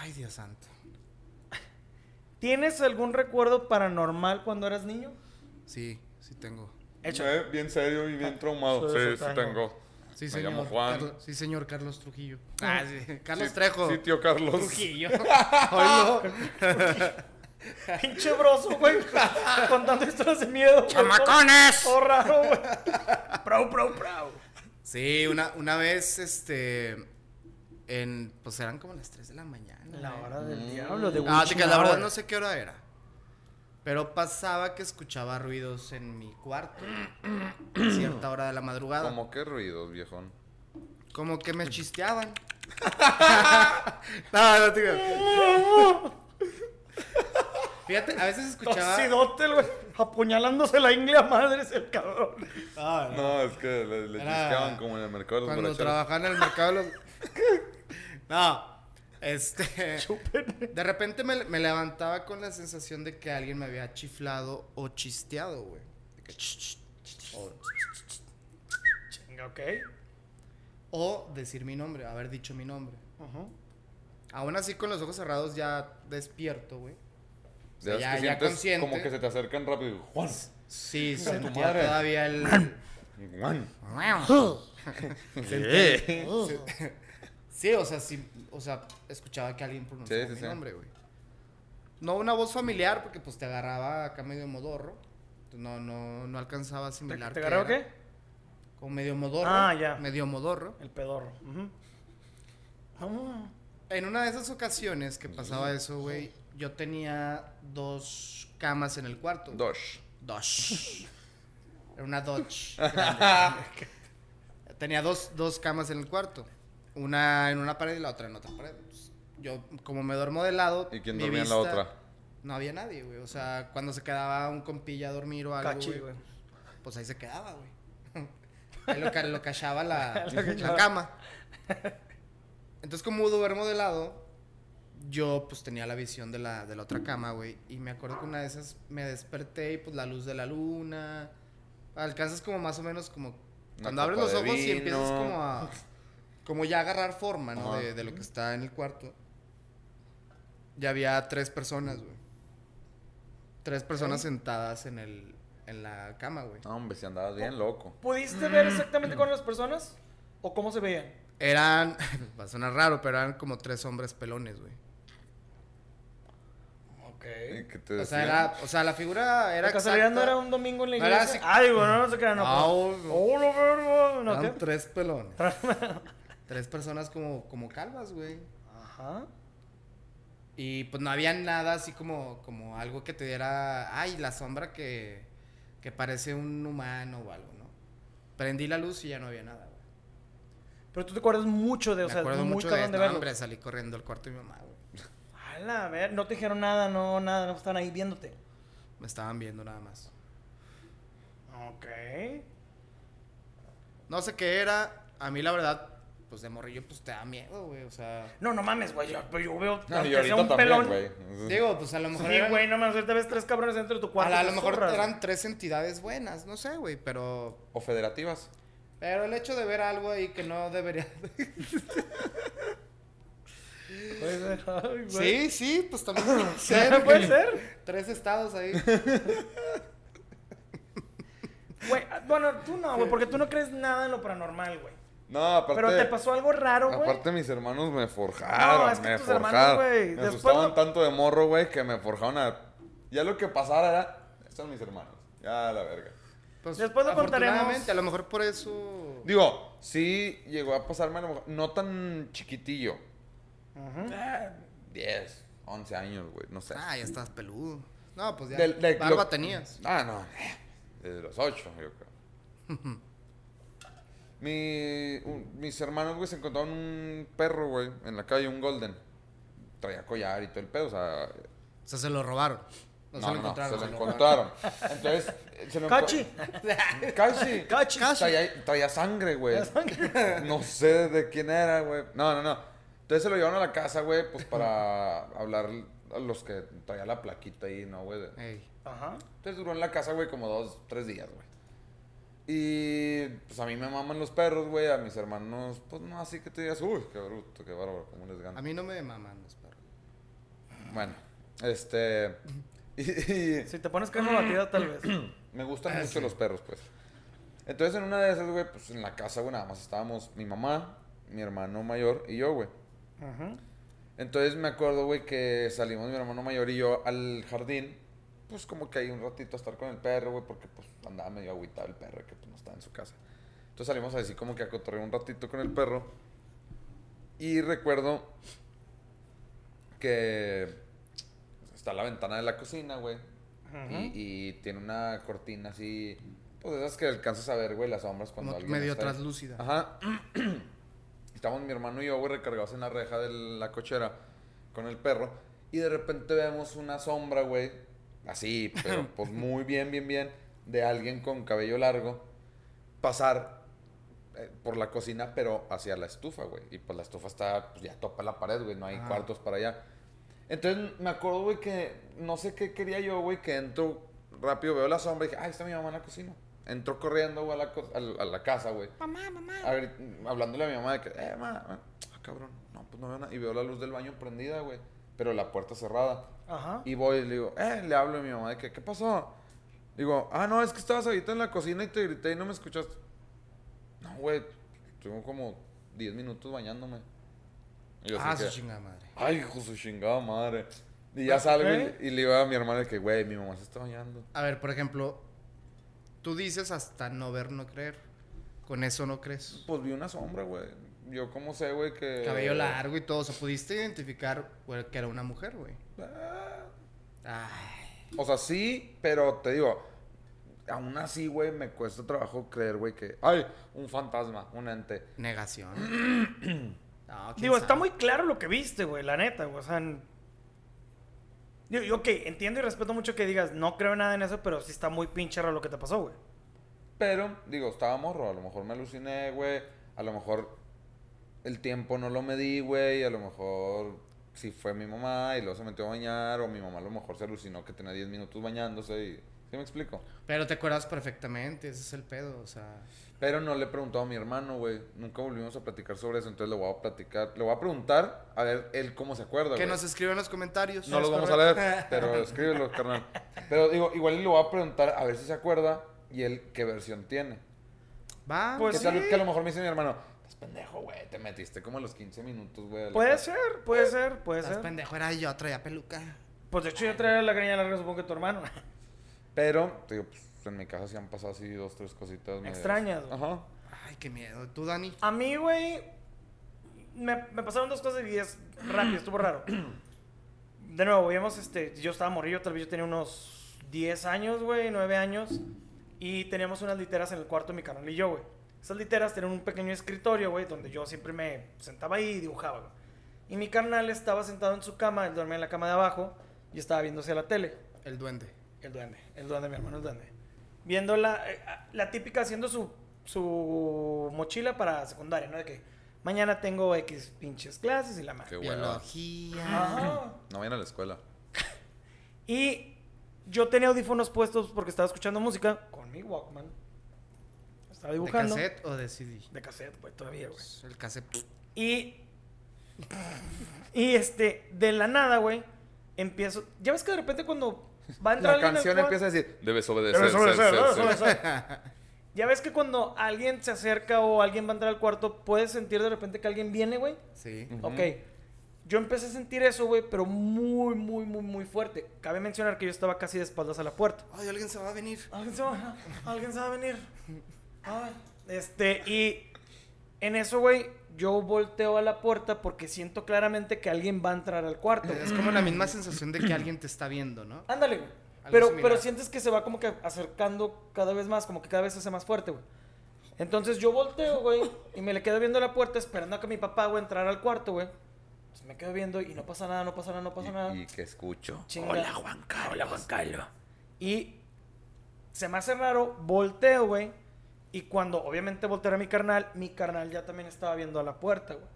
S3: Ay, Dios santo.
S2: ¿Tienes algún recuerdo paranormal cuando eras niño?
S3: Sí, sí tengo.
S2: Échale.
S1: Eh, Bien serio y bien traumado.
S2: Ah, Sí,
S1: Sí,
S2: sí
S1: sí
S2: tengo.
S1: tengo.
S3: Sí,
S1: Me
S3: señor.
S1: llamo Juan.
S3: Carlos- sí, señor Carlos Trujillo. Ah, sí. Carlos
S1: Sí,
S3: Trejo.
S1: Sí, tío Carlos.
S3: Trujillo. Oílo.
S2: [LAUGHS] Pinche broso, güey. [LAUGHS] contando historias de miedo. güey.
S3: ¡Chamacones!
S2: Todo raro, güey. Pro, pro, pro.
S3: Sí, una, una vez, este, en, pues eran como las 3 de la mañana.
S2: La
S3: güey.
S2: hora del diablo, de
S3: Ah, te
S2: witching
S3: que la verdad
S2: hour. [LAUGHS]
S3: no sé qué hora era. Pero pasaba que escuchaba ruidos en mi cuarto a cierta hora de la madrugada.
S1: Como qué ruidos, viejón.
S3: Como que me chisteaban. no, no te digo. Fíjate, a veces escuchaba.
S2: Tosidote, güey. Apuñalándose la ingle a madres el cabrón.
S3: Ah, no.
S1: No, es que le, le
S3: Era-
S1: chisqueaban como en el mercado de los
S3: Cuando
S1: borracheros.
S3: trabajaba en el mercado de los... No, este... De repente me, me levantaba con la sensación de que alguien me había chiflado o chisteado, güey. De que ch- ch- ch- O,
S2: Chinga, ok.
S3: o decir mi nombre, haber dicho mi nombre.
S2: Ujú.
S3: Aún así, con los ojos cerrados ya despierto, güey.
S1: Ya,
S3: Ya-
S1: es que
S3: ya
S1: sientes
S3: consciente.
S1: como que se te acercan rápido. y, Juan.
S3: Sí,
S1: Hija de tu
S3: sentía
S1: madre. [CLEARS THROAT]
S3: todavía el...
S1: Juan.
S3: Sentía- Sí, o sea, sí, o sea, escuchaba que alguien pronunciaba
S1: Sí, sí,
S3: mi
S1: sí.
S3: nombre, güey. No una voz familiar, porque pues te agarraba acá medio modorro. No, no, no alcanzaba a
S2: ¿Te,
S3: asimilar.
S2: te agarró
S3: era.
S2: qué?
S3: Como medio modorro.
S2: Ah, ya.
S3: Medio modorro.
S2: El pedorro. Ujú. Ah.
S3: En una de esas ocasiones que pasaba eso, güey, yo tenía dos camas en el cuarto.
S1: Dos.
S3: Dos. Era
S1: [LAUGHS]
S3: una Dodge. Tenía dos, dos camas en el cuarto. Una en una pared y la otra en otra pared. Entonces, Yo, como me duermo de lado.
S1: ¿Y quién
S3: mi
S1: dormía en la
S3: vista-
S1: otra?
S3: No había nadie, güey. O sea, cuando se quedaba un compilla a dormir o algo.
S2: Cachi,
S3: güey,
S2: güey.
S3: Pues ahí se quedaba, güey. [LAUGHS] Ahí lo, ca- lo cachaba la,
S2: [LAUGHS] Lo cachaba.
S3: la cama. Entonces, como duermo de lado, yo pues tenía la visión de la, de la otra cama, güey. Y me acuerdo que una de esas me desperté y pues la luz de la luna. Alcanzas como más o menos como...
S1: Una
S3: Cuando abres
S1: copa
S3: los
S1: de
S3: ojos y empiezas
S1: vino.
S3: como a... Como ya a agarrar forma, ¿no?
S1: Ajá.
S3: De, de lo que está en el cuarto. Ya había tres personas, güey. Tres personas sentadas en el... En la cama, güey.
S1: No, hombre, si andabas bien loco.
S2: ¿Pudiste
S3: Mm.
S2: ver exactamente con las personas? ¿O cómo se veían?
S3: Eran, [LAUGHS] va a sonar raro, pero eran como tres hombres pelones, güey.
S2: Ok.
S1: ¿Y qué te
S3: O sea,
S1: decían?
S3: era, o sea, la figura era
S2: ¿La casualidad no
S3: exacta.
S2: era un domingo en la
S3: No era
S2: iglesia?
S3: así-
S2: Ah, digo, no, no se crean. No,
S3: No,
S2: pues.
S3: no.
S2: Oh, la verga, ¿no
S3: Eran
S2: qué?
S3: tres pelones. tres personas como, como calvas, güey.
S2: Ajá.
S3: Y pues no había nada así como, como algo que te diera, ay, la sombra que, que parece un humano o algo, ¿no? Prendí la luz y ya no había nada, güey.
S2: Pero tú te acuerdas mucho de, o
S3: Me
S2: sea,
S3: acuerdo
S2: muy
S3: mucho de
S2: cabrón
S3: eso.
S2: de
S3: No,
S2: verlo.
S3: hombre, salí corriendo al cuarto de mi mamá, güey.
S2: A la ver, no te dijeron nada, no, nada, no estaban ahí viéndote.
S3: Me estaban viendo nada más.
S2: Ok.
S3: No sé qué era. A mí, la verdad, pues de morrillo, pues te da miedo, güey. O sea.
S2: No, no mames, güey, yo, pues yo veo
S1: No,
S2: aunque
S1: y
S2: sea
S1: ahorita
S2: un
S1: también,
S2: pelón.
S1: güey.
S3: Digo, pues a lo mejor.
S2: Sí,
S3: eran-
S2: güey, no mames, ahorita ves tres cabrones dentro de tu
S3: a,
S2: cuarto.
S3: la- a
S2: te
S3: lo mejor
S2: zurras, güey.
S3: eran tres entidades buenas, no sé, güey. Pero.
S1: O federativas.
S3: Pero el hecho de ver algo ahí que no debería.
S2: Ay, güey. [LAUGHS]
S3: Sí, sí, pues [LAUGHS] también puede
S2: ¿No
S3: ser.
S2: puede
S3: güey.
S2: ser?
S3: Tres estados ahí.
S2: Güey, ah, bueno, tú no, güey, porque tú no crees nada en lo paranormal, güey.
S1: No, aparte.
S2: Pero te pasó algo raro, güey.
S1: Aparte mis hermanos me forjaron,
S2: No, es que
S1: me
S2: tus hermanos,
S1: forjaron.
S2: güey,
S1: me
S2: después
S1: asustaban
S2: lo-
S1: tanto de morro, güey, que me forjaron a... Ya lo que pasara era... "Estos Son mis hermanos. Ya, la verga.
S3: Pues,
S2: Después lo contaremos.
S3: afortunadamente, A lo mejor por eso.
S1: Digo, sí llegó a pasarme a lo mejor... No tan chiquitillo.
S2: Ujú.
S1: 10, 11 años, güey, no sé.
S3: Ah, ya estás peludo. No, pues ya.
S1: Del- del-
S3: barba
S1: lo-
S3: tenías.
S1: Ah, no. Desde los 8, yo creo.
S3: [LAUGHS]
S1: Mi- un- mis hermanos, güey, se encontraron un perro, güey, en la calle, un golden. Traía collar y todo el pedo, o sea,
S3: O sea, se lo robaron. No, se lo encontraron.
S1: se lo
S3: se lo
S1: encontraron.
S3: [LAUGHS]
S1: Entonces, eh, se lo enco- [LAUGHS]
S2: Cachi.
S1: Cachi.
S2: Cachi.
S1: Traía, traía sangre, güey.
S2: Traía
S1: No sé de quién era, güey. No, no, no. Entonces se lo llevaron a la casa, güey, pues para hablar a los que traía la plaquita ahí, ¿no, güey?
S3: robaron. Ey.
S2: [LAUGHS] Ajá.
S1: Entonces duró en la casa, güey, como dos, tres días, güey. Y pues a mí me maman los perros, güey. A mis hermanos, pues no, así que te digas, uy, qué bruto, qué bárbaro, cómo les gana.
S3: A mí no me maman los perros.
S1: Bueno, este. [LAUGHS] y- y-
S2: Si te pones carne batida, tal vez.
S1: Me gustan
S3: Ah,
S1: mucho los perros, pues. Entonces, en una de esas, güey, pues en la casa, güey, nada más estábamos mi mamá, mi hermano mayor y yo, güey.
S2: Ujú.
S1: Entonces, me acuerdo, güey, que salimos mi hermano mayor y yo al jardín, pues como que ahí un ratito a estar con el perro, güey, porque pues andaba medio agüitado el perro, que pues no estaba en su casa. Entonces, salimos así como que a cotorrear un ratito con el perro. Y recuerdo que está la ventana de la cocina, güey.
S2: Ujú.
S1: Y, y tiene una cortina así, pues esas que alcanzas a ver, güey, las sombras cuando
S3: Como
S1: alguien
S3: medio
S1: está ahí.
S3: translúcida.
S1: Ajá. [CLEARS THROAT] Estamos mi hermano y yo, güey, recargados en la reja de la cochera con el perro. Y de repente vemos una sombra, güey, así, pero pues muy bien, bien, bien, de alguien con cabello largo pasar eh, por la cocina, pero hacia la estufa, güey. Y pues la estufa está, pues ya topa la pared, güey, no hay
S3: Ah.
S1: cuartos para allá. Entonces me acuerdo, güey, que no sé qué quería yo, güey, que entro rápido, veo la sombra y dije, ay, está mi mamá en la cocina. Entró corriendo, güey, a la, co- al- a la casa, güey. Mamá, mamá. hablándole a mi mamá de que, eh, mamá, ah, cabrón, no, pues no veo nada. Y veo la luz del baño prendida, güey, pero la puerta cerrada.
S2: [CLEARS THROAT] Ajá.
S1: Y voy y le digo, eh, le hablo a mi mamá de que, ¿qué pasó? Digo, ah, no, es que estabas ahorita en la cocina y te grité y no me escuchaste. No, güey, tengo como 10 minutos bañándome. Y yo así
S3: Ah,
S1: que,
S3: su chingada madre.
S1: Ay, hijo de su chingada madre. Y ya salgo y
S2: Ok.
S1: le- y, le digo a mi hermana de que, güey, mi mamá se está bañando.
S3: A ver, por ejemplo, tú dices hasta no ver, no creer. Con eso no crees.
S1: Pues vi una sombra, güey. Yo cómo sé, güey, que...
S3: Cabello largo y todo. O sea, pudiste identificar güey, que era una mujer, güey.
S1: Ah.
S3: Ay.
S1: O sea, sí, pero te digo, aún así, güey, me cuesta trabajo creer, güey, que... Ay, un fantasma, un ente. [CLEARS THROAT]
S3: Negación. No, ¿quién
S2: Digo, está
S3: sabe?
S2: muy claro lo que viste, güey, la neta, güey. O sea, n- digo, yo, ok, entiendo y respeto mucho que digas, no creo nada en eso, pero sí está muy pinche raro lo que te pasó, güey.
S1: Pero, digo, estaba morro. A lo mejor me aluciné, güey. A lo mejor el tiempo no lo medí, güey. A lo mejor si fue mi mamá y luego se metió a bañar. O mi mamá a lo mejor se alucinó que tenía 10 minutos bañándose. Y, ¿Sí me explico?
S3: Pero te acuerdas perfectamente. Ese es el pedo. O sea,
S1: Pero no le he preguntado a mi hermano, güey. Nunca volvimos a platicar sobre eso. Entonces le voy a platicar. Le voy a preguntar a ver él cómo se acuerda,
S3: que
S1: Pues, güey.
S3: nos escriban en los comentarios.
S1: No los vamos a leer, pero escríbelo, carnal. Pero digo, igual le voy a preguntar a ver si se acuerda y él qué versión tiene.
S3: Va.
S2: Pues-
S1: que, tal-
S2: sí.
S1: que a lo mejor me dice mi hermano, estás pendejo, güey, te metiste como a los 15 minutos, güey. a la
S2: Puede
S1: casa".
S2: ser, puede ser, puede
S3: Estás
S2: ser.
S3: pendejo, era yo, traía peluca.
S2: Pues de hecho yo traía la greña larga, supongo que tu hermano. [LAUGHS]
S1: Pero, te digo, pues en mi casa sí han pasado así dos, tres cositas. medias-
S2: Extrañas, güey.
S1: Ajá.
S3: Ay, qué miedo. ¿Tú, Dani?
S2: A mí, güey, me, me pasaron dos cosas y es rápido, estuvo raro. De nuevo, veíamos, este, yo estaba morrillo, tal vez yo tenía unos 10 años, güey, 9 años, y teníamos unas literas en el cuarto de mi canal y yo, güey. Esas literas tenían un pequeño escritorio, güey, donde yo siempre me sentaba ahí y dibujaba, güey. Y mi carnal estaba sentado en su cama, él dormía en la cama de abajo, y estaba viéndose la tele.
S3: El duende.
S2: El duende, el duende, mi hermano, el duende. Viendo la, eh, la típica haciendo su, su mochila para secundaria, ¿no? De que mañana tengo X pinches clases y la madre.
S1: Qué bueno.
S3: Biología.
S2: Ajá.
S1: No vayan a la escuela.
S2: [CLEARS THROAT] Y yo tenía audífonos puestos porque estaba escuchando música con mi Walkman. Estaba
S3: ¿De
S2: dibujando.
S3: cassette o de CD?
S2: De cassette, güey, todavía, güey.
S1: Pues,
S3: El cassette. [LAUGHS]
S2: Y. [LAUGHS] Y este, de la nada, güey, empiezo. Ya ves que de repente cuando va a entrar.
S1: La
S2: alguien al
S1: canción
S2: cuarto-
S1: empieza a decir, debes obedecer.
S2: Debes obedecer,
S1: ser, ser,
S2: debes
S1: ser".
S2: obedecer. Ya ves que cuando alguien se acerca o alguien va a entrar al cuarto, puedes sentir de repente que alguien viene, güey.
S3: Sí.
S1: Ujú.
S2: Ok. Yo empecé a sentir eso, güey, pero muy, muy, muy, muy fuerte. Cabe mencionar que yo estaba casi de espaldas a la puerta.
S3: Ay, alguien se va a venir.
S2: ¿Alguien se va, alguien se va a venir? Ay, Este, y en eso, güey, yo volteo a la puerta porque siento claramente que alguien va a entrar al
S3: [LAUGHS]
S2: cuarto. güey.
S3: Es como la misma sensación de que alguien te está viendo, ¿no?
S2: Ándale, güey.
S3: Algo
S2: Pero,
S3: similar.
S2: pero sientes que se va como que acercando cada vez más, como que cada vez se hace más fuerte, güey. Entonces yo volteo, güey, y me le quedo viendo a la puerta esperando a que mi papá, güey, entrara al cuarto, güey. Entonces me quedo viendo y no pasa nada, no pasa nada, no pasa nada.
S1: Y, y que escucho.
S2: Chinga.
S1: Juan Carlos. Hola, Juan Carlos.
S2: Y se me hace raro, volteo, güey. Y cuando obviamente volteo a mi carnal, mi carnal ya también estaba viendo a la puerta, güey.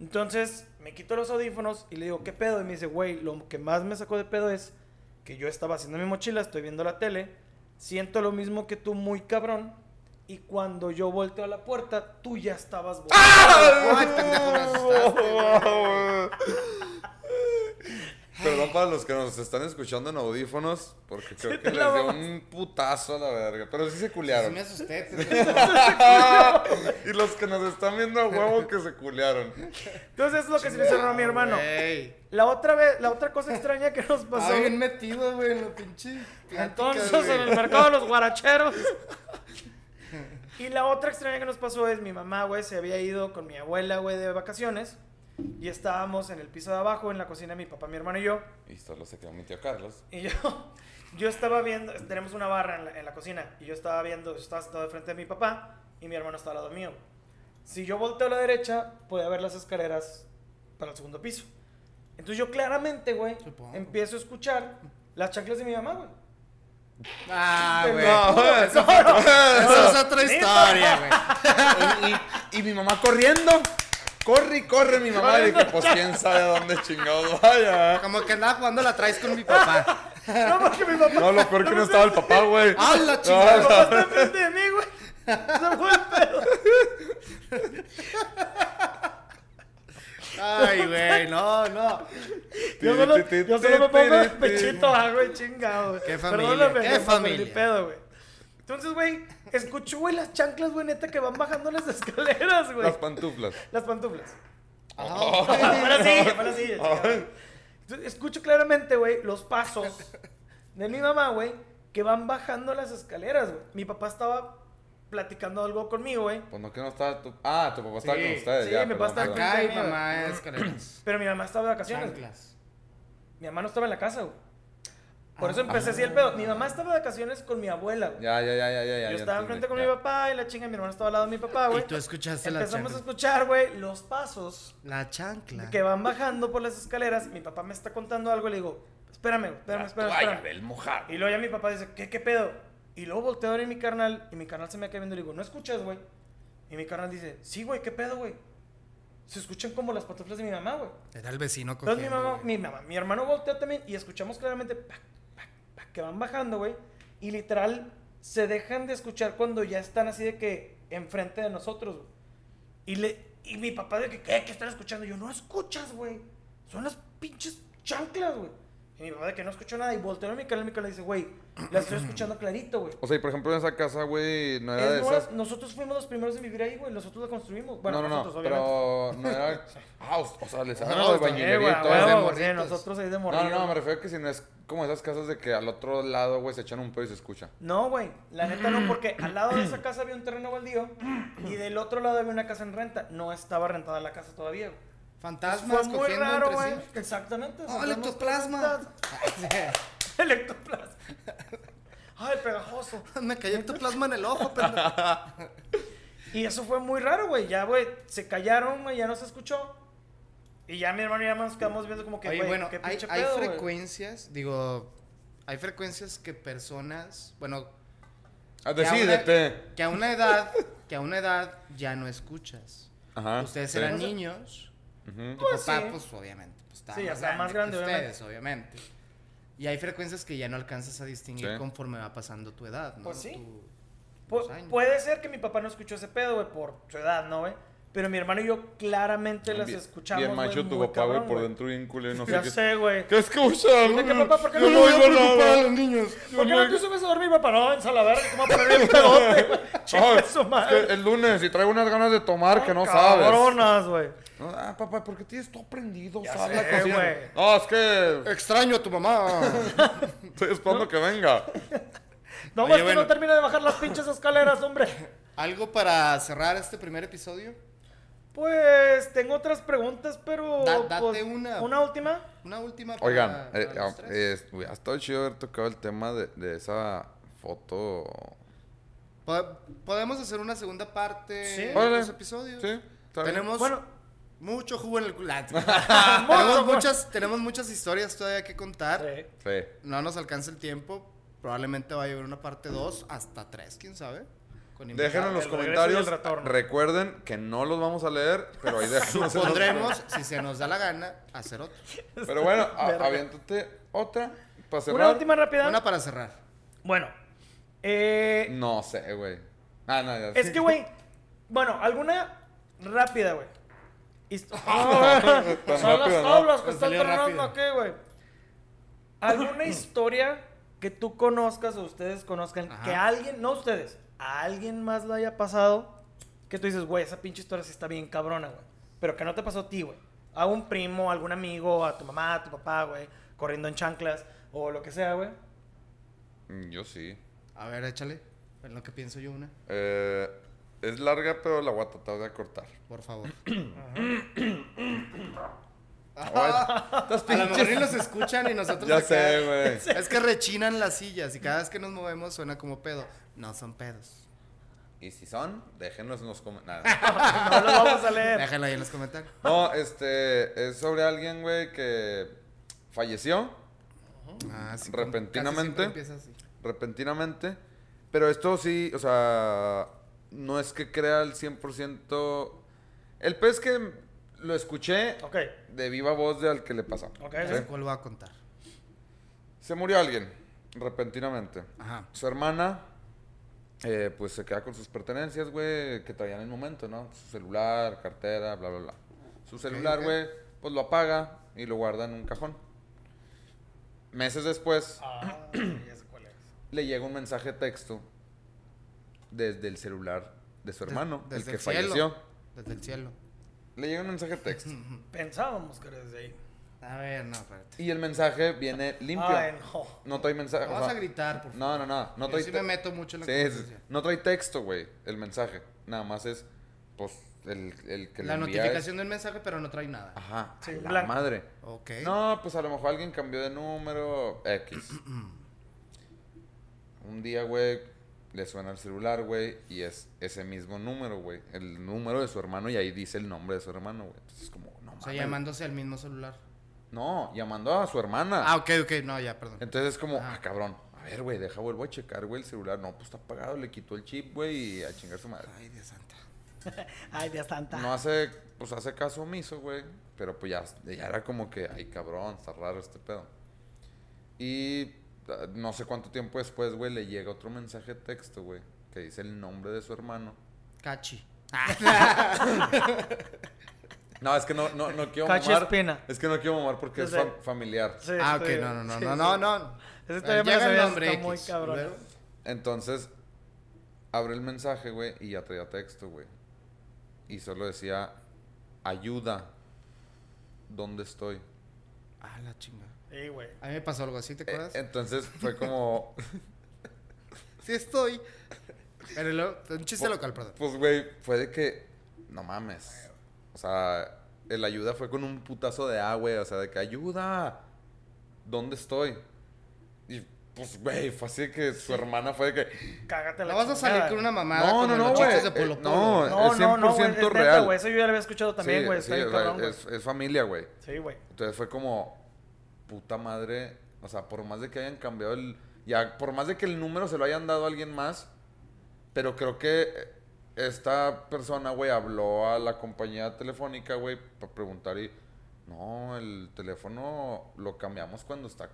S2: Entonces me quito los audífonos y le digo, ¿qué pedo? Y me dice, güey, lo que más me sacó de pedo es que yo estaba haciendo mi mochila, estoy viendo la tele, siento lo mismo que tú, muy cabrón. Y cuando yo volteo a la puerta, tú ya estabas volteando.
S3: Ay, pendejo, me asustaste, güey.
S1: Perdón para los que nos están escuchando en audífonos, porque creo
S2: te
S1: que les
S2: la
S1: dio
S2: mamaste.
S1: un putazo a la verga. Pero sí se
S3: Sí
S1: culearon.
S3: me
S2: [LAUGHS]
S3: asusté. pendejo.
S1: [LAUGHS] y los que nos están viendo a huevo que se culearon.
S2: Entonces es lo que se le hicieron a mi hermano.
S1: ¡Ah!
S3: Ey.
S2: La otra vez, la otra cosa extraña que nos pasó.
S3: Estaba bien metido, güey, en la pinche. plática,
S2: Entonces,
S3: güey.
S2: en el mercado de los guaracheros. Y la otra extraña que nos pasó es mi mamá, güey, se había ido con mi abuela, güey, de vacaciones. Y estábamos en el piso de abajo, en la cocina, mi papá, mi hermano y yo.
S1: Y solo se quedó mi tío Carlos.
S2: Y yo, [LAUGHS] yo estaba viendo, tenemos una barra en la, en la cocina. Y yo estaba viendo, yo estaba sentado de frente de mi papá y mi hermano estaba al lado mío. Si yo volteo a la derecha, podía ver las escaleras para el segundo piso. Entonces yo claramente, güey,
S3: Supongo.
S2: empiezo a escuchar las chanclas de mi mamá,
S3: [LAUGHS]
S2: güey.
S3: Ah,
S2: Te
S3: güey.
S2: lo
S1: [LAUGHS]
S2: juro,
S1: eso-
S2: no, no.
S3: Esa es otra
S2: Neta.
S3: historia,
S1: y,
S3: güey.
S1: y- y mi mamá corriendo. Corre y corre mi mamá. Y que pues quién sabe a dónde chingados vaya.
S3: Como que andaba jugando la traes con mi papá.
S2: No, porque mi papá.
S1: No, lo peor que no estaba el papá, güey.
S3: ¡Ah, la
S1: No,
S3: chingada!
S2: mi papá está enfrente de mí, güey. Se fue el pedo.
S3: Ay, güey, no, no.
S2: Yo solo,
S1: Ti, ti, ti,
S2: yo solo me pongo
S1: ti,
S2: el
S1: ti.
S2: pechito, ah, güey, chingado, güey.
S3: Qué familia,
S2: Perdóname,
S3: qué
S2: güey, por mi
S3: familia.
S2: pedo, güey. Entonces, güey, escucho, güey, las chanclas, güey, neta, que van bajando las [LAUGHS] escaleras, güey.
S1: Las pantuflas.
S2: Las pantuflas.
S1: Oh.
S3: Ah,
S2: Ahora sí, ahora sí. chingado. Entonces, escucho claramente, güey, los pasos de mi mamá, güey, que van bajando las escaleras, güey. Mi papá estaba platicando algo conmigo, güey.
S1: Pues no, que no estaba tu. Ah, tu papá estaba
S3: Sí,
S1: con ustedes.
S2: sí,
S1: ya,
S2: mi
S1: perdón,
S2: papá estaba
S1: perdón.
S3: Acá y mamá escaleras.
S2: Pero mi mamá estaba de vacaciones. güey.
S3: Chanclas.
S2: Mi mamá no estaba en la casa, güey. Por eso empecé así el pedo. Mi mamá estaba de vacaciones con mi abuela, güey.
S1: Ah, Ya, ya, ya, ya, ya. ya,
S2: Yo
S1: ya
S2: estaba
S1: entendí,
S2: enfrente con
S1: ya.
S2: mi papá y la chinga, mi hermano estaba al lado de mi papá,
S3: Y
S2: Ah, güey.
S3: tú escuchaste la
S2: Empezamos a
S3: chancla.
S2: escuchar, güey, los pasos
S3: La chancla.
S2: que van bajando por las escaleras. Mi papá me está contando algo y le digo, espérame, güey, espérame,
S1: La
S2: espérame,
S1: toalla
S2: espérame.
S1: del mojar.
S2: Y luego ya mi papá dice, ¿qué, qué pedo? Y luego volteo a ver a mi carnal y mi carnal se me queda viendo y le digo, ¿no escuchas, güey? Y mi carnal dice, sí, güey, ¿qué pedo, güey? Se escuchan como las pantuflas de mi mamá, güey.
S3: Era el vecino cogiendo.
S2: Entonces mi mamá,
S3: güey.
S2: mi mamá, mi hermano volteó también y escuchamos claramente pac, pac, pac, que van bajando, güey. Y literal se dejan de escuchar cuando ya están así de que enfrente de nosotros, güey. Y, le, y mi papá de que, ¿qué? ¿Qué están escuchando? Y yo, no escuchas, güey. Son las pinches chanclas, güey. Y mi papá de que no escuchó nada y volteó a mi canal y mi canal dice, güey,
S1: [CLEARS THROAT]
S2: la estoy escuchando clarito, güey.
S1: O sea, y por ejemplo, en esa casa, güey, no era
S2: Es
S1: de
S2: nueva-
S1: esas.
S2: Nosotros fuimos los primeros en vivir ahí, güey. Nosotros la construimos. Bueno,
S1: no, no,
S2: nosotros,
S1: no,
S2: obviamente.
S1: pero no era. Ah, o, o sea, les
S3: No,
S1: hagan
S3: no,
S1: de
S3: está
S2: Eh, güey,
S1: bañilería y todo.
S2: a
S1: eso.
S3: de
S2: huevo, sí,
S3: morritos.
S2: nosotros ahí de
S1: No,
S2: morrillo.
S1: no, no,
S2: güey.
S1: me refiero a que si no es como esas casas de que al otro lado, güey, se echan un pedo y se escucha.
S2: No, güey. La neta no, porque al lado de esa casa había un terreno baldío y del otro lado había una casa en renta. No estaba rentada la casa todavía, güey.
S3: Fantasmas
S2: pues, Fue muy
S3: cogiendo
S2: raro,
S3: entre
S2: güey.
S3: sí.
S2: Exactamente.
S3: ¡Oh,
S2: sacamos
S3: electoplasma! [LAUGHS]
S2: plantas. [LAUGHS] Electoplasma. Ay, pegajoso.
S3: [LAUGHS] Me cayó ectoplasma en el
S2: [LAUGHS]
S3: ojo, pendejo.
S2: Y eso fue muy raro, güey. Ya, güey, se callaron, güey, ya no se escuchó. Y ya mi hermano y yo nos quedamos viendo como que,
S3: Oye,
S2: güey,
S3: bueno,
S2: qué
S3: hay,
S2: pinche
S3: hay
S2: pedo, güey.
S3: frecuencias, digo, hay frecuencias que personas, bueno,
S1: Ah,
S3: que a una-
S1: decídete.
S3: que a una edad, que a una edad ya no escuchas.
S1: Ajá.
S3: Ustedes
S1: Ah, sí.
S3: eran niños,
S1: Ujú.
S3: tu
S2: Pues
S3: papá,
S2: sí.
S3: pues obviamente, pues estaba
S2: Sí, ya
S3: más,
S2: estaba más
S3: grande que
S2: grande,
S3: ustedes, obviamente. Y hay frecuencias que ya no alcanzas a distinguir
S1: Sí.
S3: conforme va pasando tu edad, ¿no?
S2: Pues sí.
S3: Tu-
S2: Pu-
S3: tus años.
S2: puede ser que mi papá no escuchó ese pedo, güey, por su edad, ¿no, güey? Pero mi hermano y yo claramente las
S1: Bien-
S2: escuchamos.
S1: Bien macho
S2: güey,
S1: tu
S2: muy
S1: papá, güey,
S2: cabrón,
S1: por dentro bien culo y no sé
S2: Ya
S1: qué.
S2: sé, güey.
S1: ¿Qué escuchan?
S2: ¿De qué, papá? ¿Por qué
S1: Yo
S2: no me voy a
S1: oigo
S3: preocupar
S1: nada.
S3: a los niños.
S2: ¿Por qué no te subes a dormir, papá? No, en la verga, ¿cómo poner el pedote,
S1: [LAUGHS]
S2: güey?
S1: Ay,
S2: Chinga su
S1: es que
S2: madre.
S1: el lunes y traigo unas ganas de tomar que no sabes.
S2: Cabronas, güey.
S1: No, Ah, papá, ¿por qué tienes todo prendido?
S2: Ya
S1: Sal a
S2: sé,
S1: cocinar.
S2: güey.
S1: No, es que
S3: Extraño a tu mamá.
S1: estoy esperando que venga.
S2: No,
S3: Oye,
S2: más que
S3: bueno.
S2: no termina de bajar las pinches escaleras, hombre.
S3: [LAUGHS] ¿Algo para cerrar este primer episodio?
S2: Pues tengo otras preguntas, pero.
S3: Da- date
S2: pues,
S3: una.
S2: Una última.
S3: Una última. para-
S1: Oigan,
S3: para
S1: eh,
S3: los
S1: ah,
S3: tres.
S1: eh, hubiera estado chido haber tocado el tema de, de esa foto.
S3: Po- podemos hacer una segunda parte
S2: Sí.
S3: de
S1: Órale.
S3: los episodios.
S1: Sí, está bien.
S3: Tenemos
S2: Bueno.
S3: mucho jugo en el culo.
S2: [LAUGHS] Mucho,
S1: Ah,
S3: tenemos,
S2: Pues, güey. [LAUGHS]
S3: muchas, tenemos muchas historias todavía que contar.
S2: Sí.
S1: Sí.
S3: No nos alcanza el tiempo. Probablemente va a haber una parte 2 hasta 3, quién sabe. Con invitados.
S1: Déjenos en los
S2: El regreso y el
S1: comentarios.
S2: retorno.
S1: Recuerden que no los vamos a leer, pero ahí déjenos. en los
S3: Pondremos, si se nos da la gana, hacer otro.
S1: comentarios. Pero bueno, a-
S2: Verga.
S1: aviéntate otra para cerrar.
S2: Una última rápida.
S3: Una para cerrar.
S2: Bueno. Eh,
S1: No sé, güey. Ah, no, ya
S2: Es
S1: sí.
S2: que, güey. Bueno, alguna rápida, güey.
S1: [LAUGHS]
S2: Hist-
S1: Tan
S2: Son
S1: rápido,
S2: las
S1: ¿no?
S2: tablas que
S3: Me
S2: están
S3: salió
S2: tronando
S3: rápido.
S2: aquí, güey. ¿Alguna historia que tú conozcas o ustedes conozcan
S3: Ajá.
S2: que alguien, no ustedes, a alguien más le haya pasado que tú dices, güey, esa pinche historia sí está bien cabrona, güey? Pero que no te pasó a ti, güey. A un primo, a algún amigo, a tu mamá, a tu papá, güey, corriendo en chanclas o lo que sea, güey.
S1: Mm, Yo sí.
S3: A ver, échale. En lo que pienso yo, una.
S1: Eh, es larga, pero la voy a tratar de
S3: [LAUGHS]
S1: acortar.
S3: Por favor.
S2: [LAUGHS]
S1: Ah, Estas
S3: A lo mejor ni
S1: pinches-
S3: los escuchan y nosotros.
S1: Ya
S3: acá-
S1: sé, güey.
S3: Es que rechinan las sillas y cada vez que nos movemos suena como pedo. No son pedos.
S1: Y si son, déjenos en los comentarios.
S2: No lo vamos a leer.
S3: Déjenlo ahí en los comentarios.
S1: [LAUGHS] No, este, es sobre alguien, güey, que falleció
S3: Ah, sí,
S1: Repentinamente.
S3: casi siempre empieza así.
S1: repentinamente, pero esto sí, o sea, no es que crea al 100%... El pez que lo escuché
S2: Ok,
S1: de viva voz de al que le pasó.
S2: ok.
S3: Ya
S1: Sí.
S3: sé ¿Cuál va a contar?
S1: Se murió alguien, repentinamente.
S3: Ajá.
S1: Su hermana, eh, pues se queda con sus pertenencias, güey, que traían en el momento, ¿no? Su celular, cartera, bla, bla, bla. Su celular,
S3: ok.
S1: güey, pues lo apaga y lo guarda en un cajón. Meses después,
S2: Ah, ya sé cuál es.
S1: le llega un mensaje de texto desde el celular de su
S3: Des-
S1: hermano, el
S3: desde
S1: que
S3: el cielo.
S1: falleció.
S3: Desde el cielo.
S1: Le llega un mensaje de
S3: [LAUGHS]
S1: texto.
S2: Pensábamos que era desde ahí.
S3: A ver, no, espérate.
S1: Y el mensaje viene limpio.
S2: Ay, no.
S1: No trae mensaje. o
S3: Vamos
S1: sea,
S3: a gritar, por favor.
S1: No, no, no. No
S3: Yo
S1: trae
S3: sí
S1: te-
S3: me meto mucho en la
S1: Sí, sí, sí.
S3: conversación.
S1: no trae texto, güey, el mensaje. Nada más es, pues, el, el que
S3: La
S1: lo envía
S3: notificación del mensaje, pero no trae nada.
S1: es- Ajá,
S2: Sí,
S1: a la
S2: blanco.
S1: madre.
S3: Ok.
S1: No, pues a lo mejor alguien cambió de número, X. Un día, güey, le suena el celular, güey, y es ese mismo número, güey. El número de su hermano y ahí dice el nombre de su hermano, güey. Entonces es como, no
S3: O
S1: mames.
S3: sea, llamándose al mismo celular.
S1: No, llamando a su hermana.
S3: Ah, ok, ok. No, ya, perdón.
S1: Entonces es como,
S3: Ah.
S1: ah, cabrón. A ver, güey, deja, vuelvo a checar, güey, el celular. No, pues está apagado, le quitó el chip, güey, y a chingar su madre.
S3: Ay, Dios santa.
S2: Ay, Dios santa.
S1: No hace, pues hace caso omiso, güey. Pero pues ya, ya era como que, ay cabrón, está raro este pedo. Y ah, no sé cuánto tiempo después, güey, le llega otro mensaje de texto, güey, que dice el nombre de su hermano.
S3: Cachi.
S1: No, es que no, no, no quiero
S2: Cacho
S1: mamar.
S2: Espina.
S1: Es que no quiero mamar porque es
S2: Desde-
S1: fam- familiar.
S2: Sí,
S3: Ah, ok,
S2: estoy-
S3: no, no, no,
S2: sí,
S3: no,
S2: sí.
S3: no, no.
S2: Ese todavía me lo
S3: Llega el
S2: sabía,
S3: nombre
S2: está muy
S3: X,
S2: cabrón.
S3: luego.
S1: Entonces, abre el mensaje, güey, y ya traía texto, güey. Y solo decía, ayuda, ¿dónde estoy?
S3: Ah, la chinga.
S2: Sí, güey.
S3: A mí me pasó algo así, ¿te
S1: Eh,
S3: acuerdas?
S1: Entonces fue como,
S3: [LAUGHS] Sí estoy. Pero luego, un chiste local, perdón.
S1: Pues, güey, fue de que. No mames. O sea, el ayuda fue con un putazo de agua, o sea, de que ayuda. ¿Dónde estoy? Y pues, güey, fue así que su hermana fue de que.
S2: Cágate la
S3: No vas a salir
S2: chingada.
S3: con una mamada.
S1: No,
S3: como
S1: no,
S3: en
S1: no,
S3: los
S1: güey.
S3: chistes de
S1: Eh,
S3: Polo
S1: No,
S3: Polo.
S1: es
S2: No, no, no, güey,
S1: 100%
S2: es neta,
S1: real.
S2: güey, Eso yo ya lo había escuchado también, güey. está
S1: sí,
S2: bien
S1: o sea,
S2: cabrón, güey.
S1: es, es familia, güey.
S2: Sí, güey.
S1: Entonces fue como, puta madre, o sea, por más de que hayan cambiado el... Ya, por más de que el número se lo hayan dado a alguien más, pero creo que eh, esta persona, güey, habló a la compañía telefónica, güey, para preguntar y... No, el teléfono lo cambiamos cuando está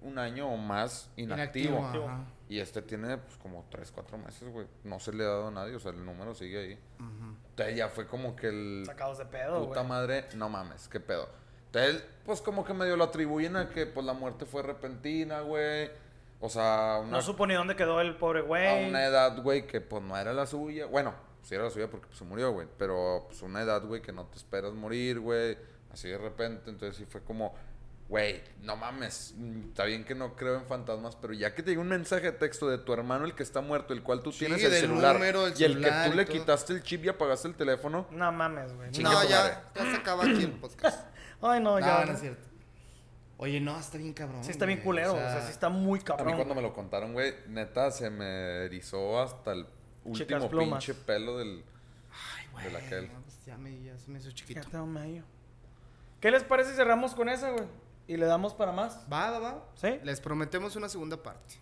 S1: un año o más inactivo.
S3: Inactivo, ajá.
S1: Y este tiene pues, como 3, 4 meses, güey. No se le ha dado a nadie, o sea, el número sigue ahí. Entonces ya fue como que el
S2: Sacados de pedo,
S1: puta
S2: güey.
S1: madre, no mames, qué pedo. Entonces, pues como que medio lo atribuyen a que pues la muerte fue repentina, güey. O sea, una,
S2: No supo ni dónde quedó el pobre
S1: a
S2: güey.
S1: una edad, güey, que pues no era la suya. Bueno, sí era la suya porque pues, se murió, güey. Pero pues una edad, güey, que no te esperas morir, güey. Así de repente, entonces sí fue como, güey, no mames. mm, Está bien que no creo en fantasmas, pero ya que te llegó un mensaje de texto de tu hermano, el que está muerto, el cual tú
S3: Sí,
S1: tienes el
S3: del
S1: celular.
S3: número, del
S1: y el que
S3: celular
S1: tú
S3: y
S1: le
S3: todo.
S1: quitaste el chip y apagaste el teléfono.
S2: No mames, güey.
S1: Chingue
S3: No,
S1: su
S3: ya, ya se acaba aquí el podcast.
S2: Ay, no,
S3: No,
S2: ya.
S3: no es cierto. Oye, no, está bien cabrón.
S2: Sí está bien
S3: güey,
S2: culero, o sea, sí está muy
S1: A mí
S2: cabrón.
S1: cuando me
S2: güey.
S1: lo contaron, güey, neta se me erizó hasta el
S2: Chicas
S1: último
S2: plumas.
S1: pinche pelo del...
S3: Ay, güey,
S1: de la que él.
S3: no, pues ya, me, ya se me hizo
S2: Ya
S3: chiquito.
S2: tengo medio. ¿Qué les parece si cerramos con esa, güey? Y le damos para más.
S3: Va, va, va.
S2: ¿Sí?
S3: Les prometemos una segunda parte.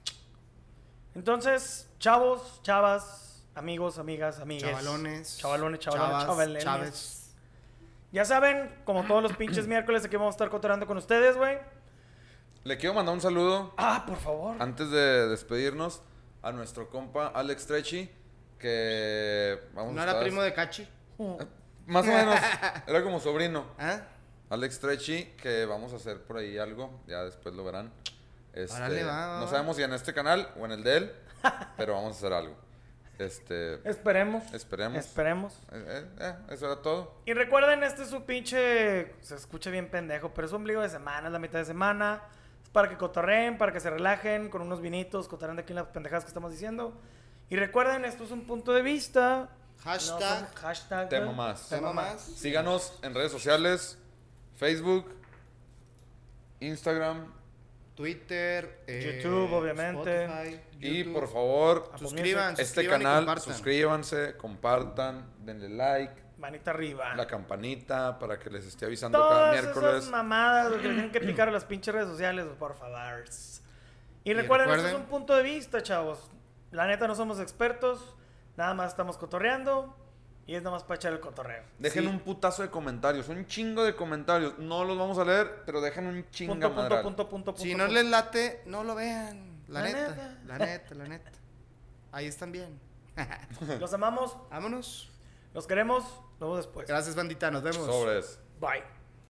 S2: Entonces, chavos, chavas, amigos, amigas, amigues.
S3: Chavalones.
S2: Chavalones, chavalones, chavales.
S3: Chávez.
S2: Ya saben, como todos los pinches miércoles, aquí vamos a estar cotorando con ustedes, güey.
S1: Le quiero mandar un saludo
S2: Ah, por favor.
S1: antes de despedirnos a nuestro compa Alex Trechi, que... Vamos
S3: ¿No
S1: a
S3: era
S1: estar-
S3: primo de Cachi?
S2: Mm.
S1: Más o
S3: [LAUGHS]
S1: menos, era como sobrino.
S3: ¿Ah?
S1: Alex Trechi, que vamos a hacer por ahí algo, ya después lo verán. Este,
S3: Órale, va, va,
S1: no
S3: va.
S1: sabemos si en este canal o en el de él, pero vamos a hacer algo. Este,
S2: Esperemos.
S1: Esperemos.
S2: Esperemos.
S1: eh, eh, eh, eso era todo.
S2: Y recuerden, este es su pinche. Se escucha bien pendejo, pero es un ombligo de semana, es la mitad de semana. Es para que cotorreen, para que se relajen con unos vinitos, cotorreen de aquí las pendejadas que estamos diciendo. Y recuerden, esto es un punto de vista.
S3: Hashtag.
S2: No, son- hashtag.
S1: Tema
S2: güey.
S1: más.
S3: ¿Tema más?
S1: Síganos en redes sociales, Facebook, Instagram
S3: Twitter. eh,
S2: YouTube, obviamente.
S3: Spotify,
S1: y
S3: YouTube.
S1: por favor
S2: Apple
S3: Suscriban,
S2: Music.
S1: este
S3: suscriban y
S1: canal,
S3: compartan.
S1: suscríbanse, compartan, denle like,
S2: Manita arriba.
S1: la campanita para que les esté avisando cada
S2: Ah. Todas
S1: miércoles.
S2: esas mamadas güey, que le tienen que picar a las pinches redes sociales, güey, por favor. Y
S3: Y
S2: recuerden, este
S3: recuerden-
S2: es un punto de vista, chavos. La neta no somos expertos, nada más estamos cotorreando y es nada más para echar el cotorreo.
S1: Dejen
S3: Sí.
S1: un putazo de comentarios, un chingo de comentarios. No los vamos a leer, pero dejen un chinga
S2: Punto, punto,
S1: madral.
S2: punto, punto, punto.
S3: Si no
S2: punto.
S3: les late, no lo vean. La,
S2: La
S3: neta,
S2: neta.
S3: La neta, la neta. Ahí están bien.
S2: Los amamos,
S3: Vámonos.
S2: los queremos, nos vemos después.
S3: Gracias, bandita. Nos vemos.
S1: Sobres.
S2: Bye.